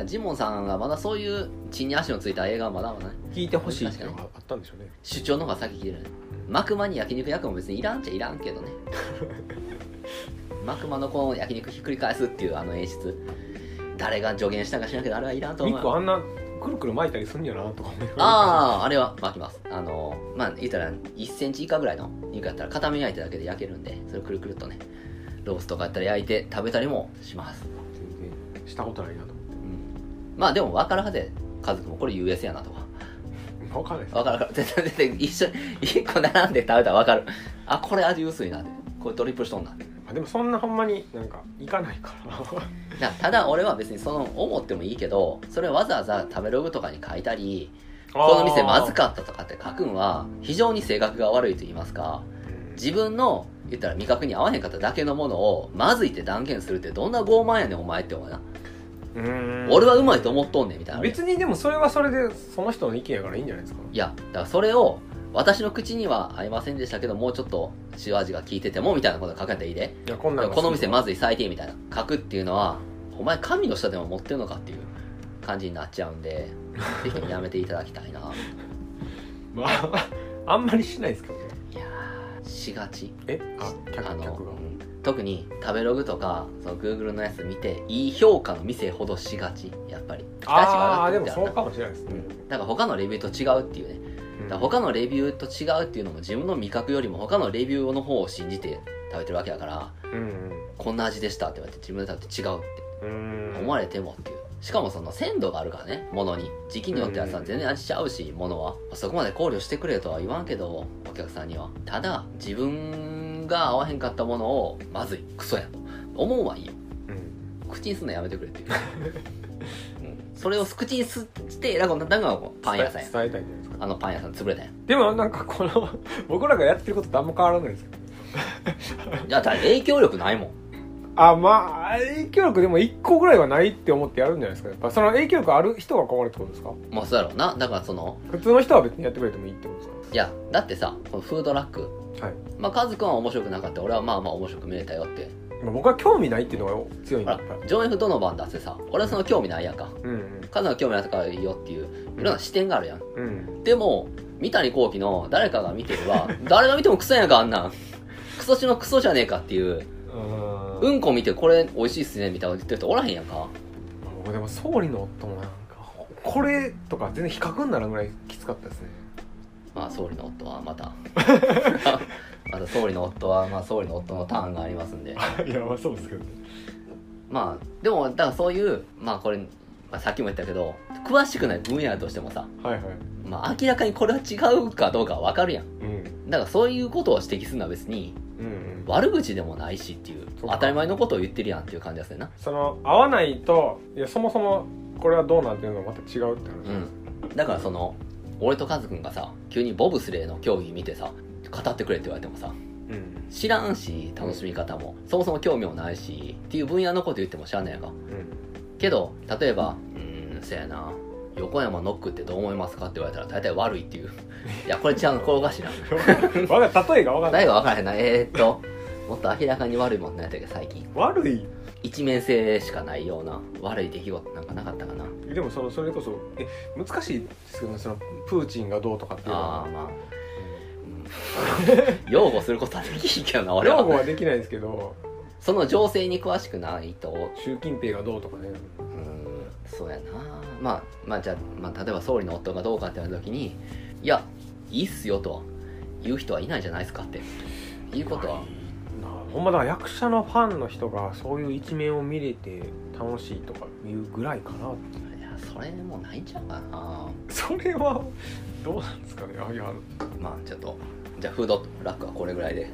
らジモンさんがまだそういう地に足のついた映画はまだまだね
聞いてほしいっていうのがあったんでしょうね
主張の方が先聞いてるねマクマに焼肉焼くのも別にいらんっちゃいらん けどねマクマのこの焼肉ひっくり返すっていうあの演出誰が助言したか知らんけどあれはいらんと思う
ミ
よ
個あんなくるくる巻いたりすんやなとか思いながら
あああれは巻きますあのまあ言ったら1センチ以下ぐらいの肉やったら片面焼いただけで焼けるんでそれをくるくるっとねロースとかやったら焼いて食べたりもします、
全然したことないなと思
うん、まあでも分かるはずや家族もこれ US やなとか
って分かんないです
分かる分かる絶対絶対一緒に1個並んで食べたら分かるあこれ味薄いなってこれトリプルしとんなって
まあでもそんなほんまになんか行かない から
だただ俺は別にその思ってもいいけどそれをわざわざ食べログとかに書いたりこの店まずかったとかって書くんは非常に性格が悪いと言いますか
うん
自分の言ったら味覚に合わへんかっただけのものをまずいって断言するってどんな傲慢やねんお前って思うな、
うん
俺はうまいと思っとんねんみたいな
別にでもそれはそれでその人の意見やからいいんじゃないですか
いやだからそれを私の口には合いませんでしたけどもうちょっと塩味が効いててもみたいなこと書かれたらいいで
いやこんなんが
この店まずい最低みたいな書くっていうのはお前神の下でも持ってるのかっていう感じになっちゃうんでぜひやめていただきたい な
まあ あんまりしないですけどね
いやーしがち
えあ
あ
客
の
客が
うん特に食べログとかその Google のやつ見ていい評価の店ほどしがちやっぱり期待値
あ
が
あ
上
ーで
がって
も
るってあるな
そうかもしれないですね、
だから他のレビューと違うっていうね
う
だ
ん
から他のレビューと違うっていうのも自分の味覚よりも他のレビューの方を信じて食べてるわけだから
うん
こんな味でしたって言われて自分で食べて違うって
うん
思われてもっていうしかもその鮮度があるからね物に時期によってはさ
うん
全然味ちゃうし物はそこまで考慮してくれとは言わんけどお客さんにはただ自分が合わへんかったものをまずいクソやと思うはいいよ
うん
口にすんのやめてくれっていう、うん、それを口に吸って偉くなったのがパン屋さんや
伝え伝えたいんじゃないですか
あのパン屋さん潰れたんや
でもなんかこの 僕らがやってることとあんま変わらないですけど
いやだから影響力ないもん
あまあ影響力でも1個ぐらいはないって思ってやるんじゃないですかやっぱその影響力ある人が困るってことですか
まあそうやろうなだからその
普通の人は別にやってくれてもいいってことです
いやだってさこのフードラック
かはい
まあ、カズくんは面白くなかった俺はまあまあ面白く見れたよって
まあ僕は興味ないっていうのが強いん
ほ
だ
ら
やっぱり
ジョン・ F ・ドノバンだってさ俺はその興味ないやんか
うんうん
カズの興味ないとかいいよっていういろんな視点があるやん
うん
でも三谷幸喜の誰かが見てれば誰が見てもクソやんかあんなんクソしのクソじゃねえかっていう
う
うんんこ見てこれ美味しいっすねみたいなこと言ってる人おらへんやんか
僕でも総理の夫もなんかこれとか全然比較にならんぐらいきつかったですね
まあ総理の夫はまた また総理の夫はまあ総理の夫のターンがありますんで
いやまあそうですけどね
まあでもだからそういうまあこれ、まあ、さっきも言ったけど詳しくない分野だとしてもさ
はいはい
まあ明らかにこれは違うかどうかはわかるやん
うん
だからそういうことを指摘するのは別に
うんうん
悪口でもないしっていう
そうか
当たり前のことを言ってるやんっていう感じですねんな
その合わないといやそもそもこれはどうなんていうのがまた違うって話なんですよ
だからその俺とカズくんがさ急にボブスレーの競技見てさ語ってくれって言われてもさ
うん
知らんし楽しみ方もそもそも興味もないしっていう分野のこと言っても知らんねやんか
うん
けど例えば「うーんせやな横山ノックってどう思いますか?」って言われたら大体悪いっていういやこれ違うのこれおかしいな
わか例えが分かんな
誰
い
が分からへんなえー、っともっと明らかに悪いもんなんやったっけ最近
悪い
一面性しかないような悪い出来事なんかなかったかな
でもそのそれこそえ難しいですけどねそのプーチンがどうとかっていうの
あ
は
あまあ うん擁護することはできんけどな俺
擁護
は
はできないですけど
その情勢に詳しくないと
習近平がどうとかね
うんそうやなまあまあじゃあ,、まあ例えば総理の夫がどうかって言われた時にいやいいっすよとは言う人はいないじゃないですかっていうことは
なほんまだから役者のファンの人がそういう一面を見れて楽しいとかいうぐらいかない
やそれもないんちゃうかな
それはどうなんですかねあいや
まあちょっとじゃあフードトラックはこれぐらいで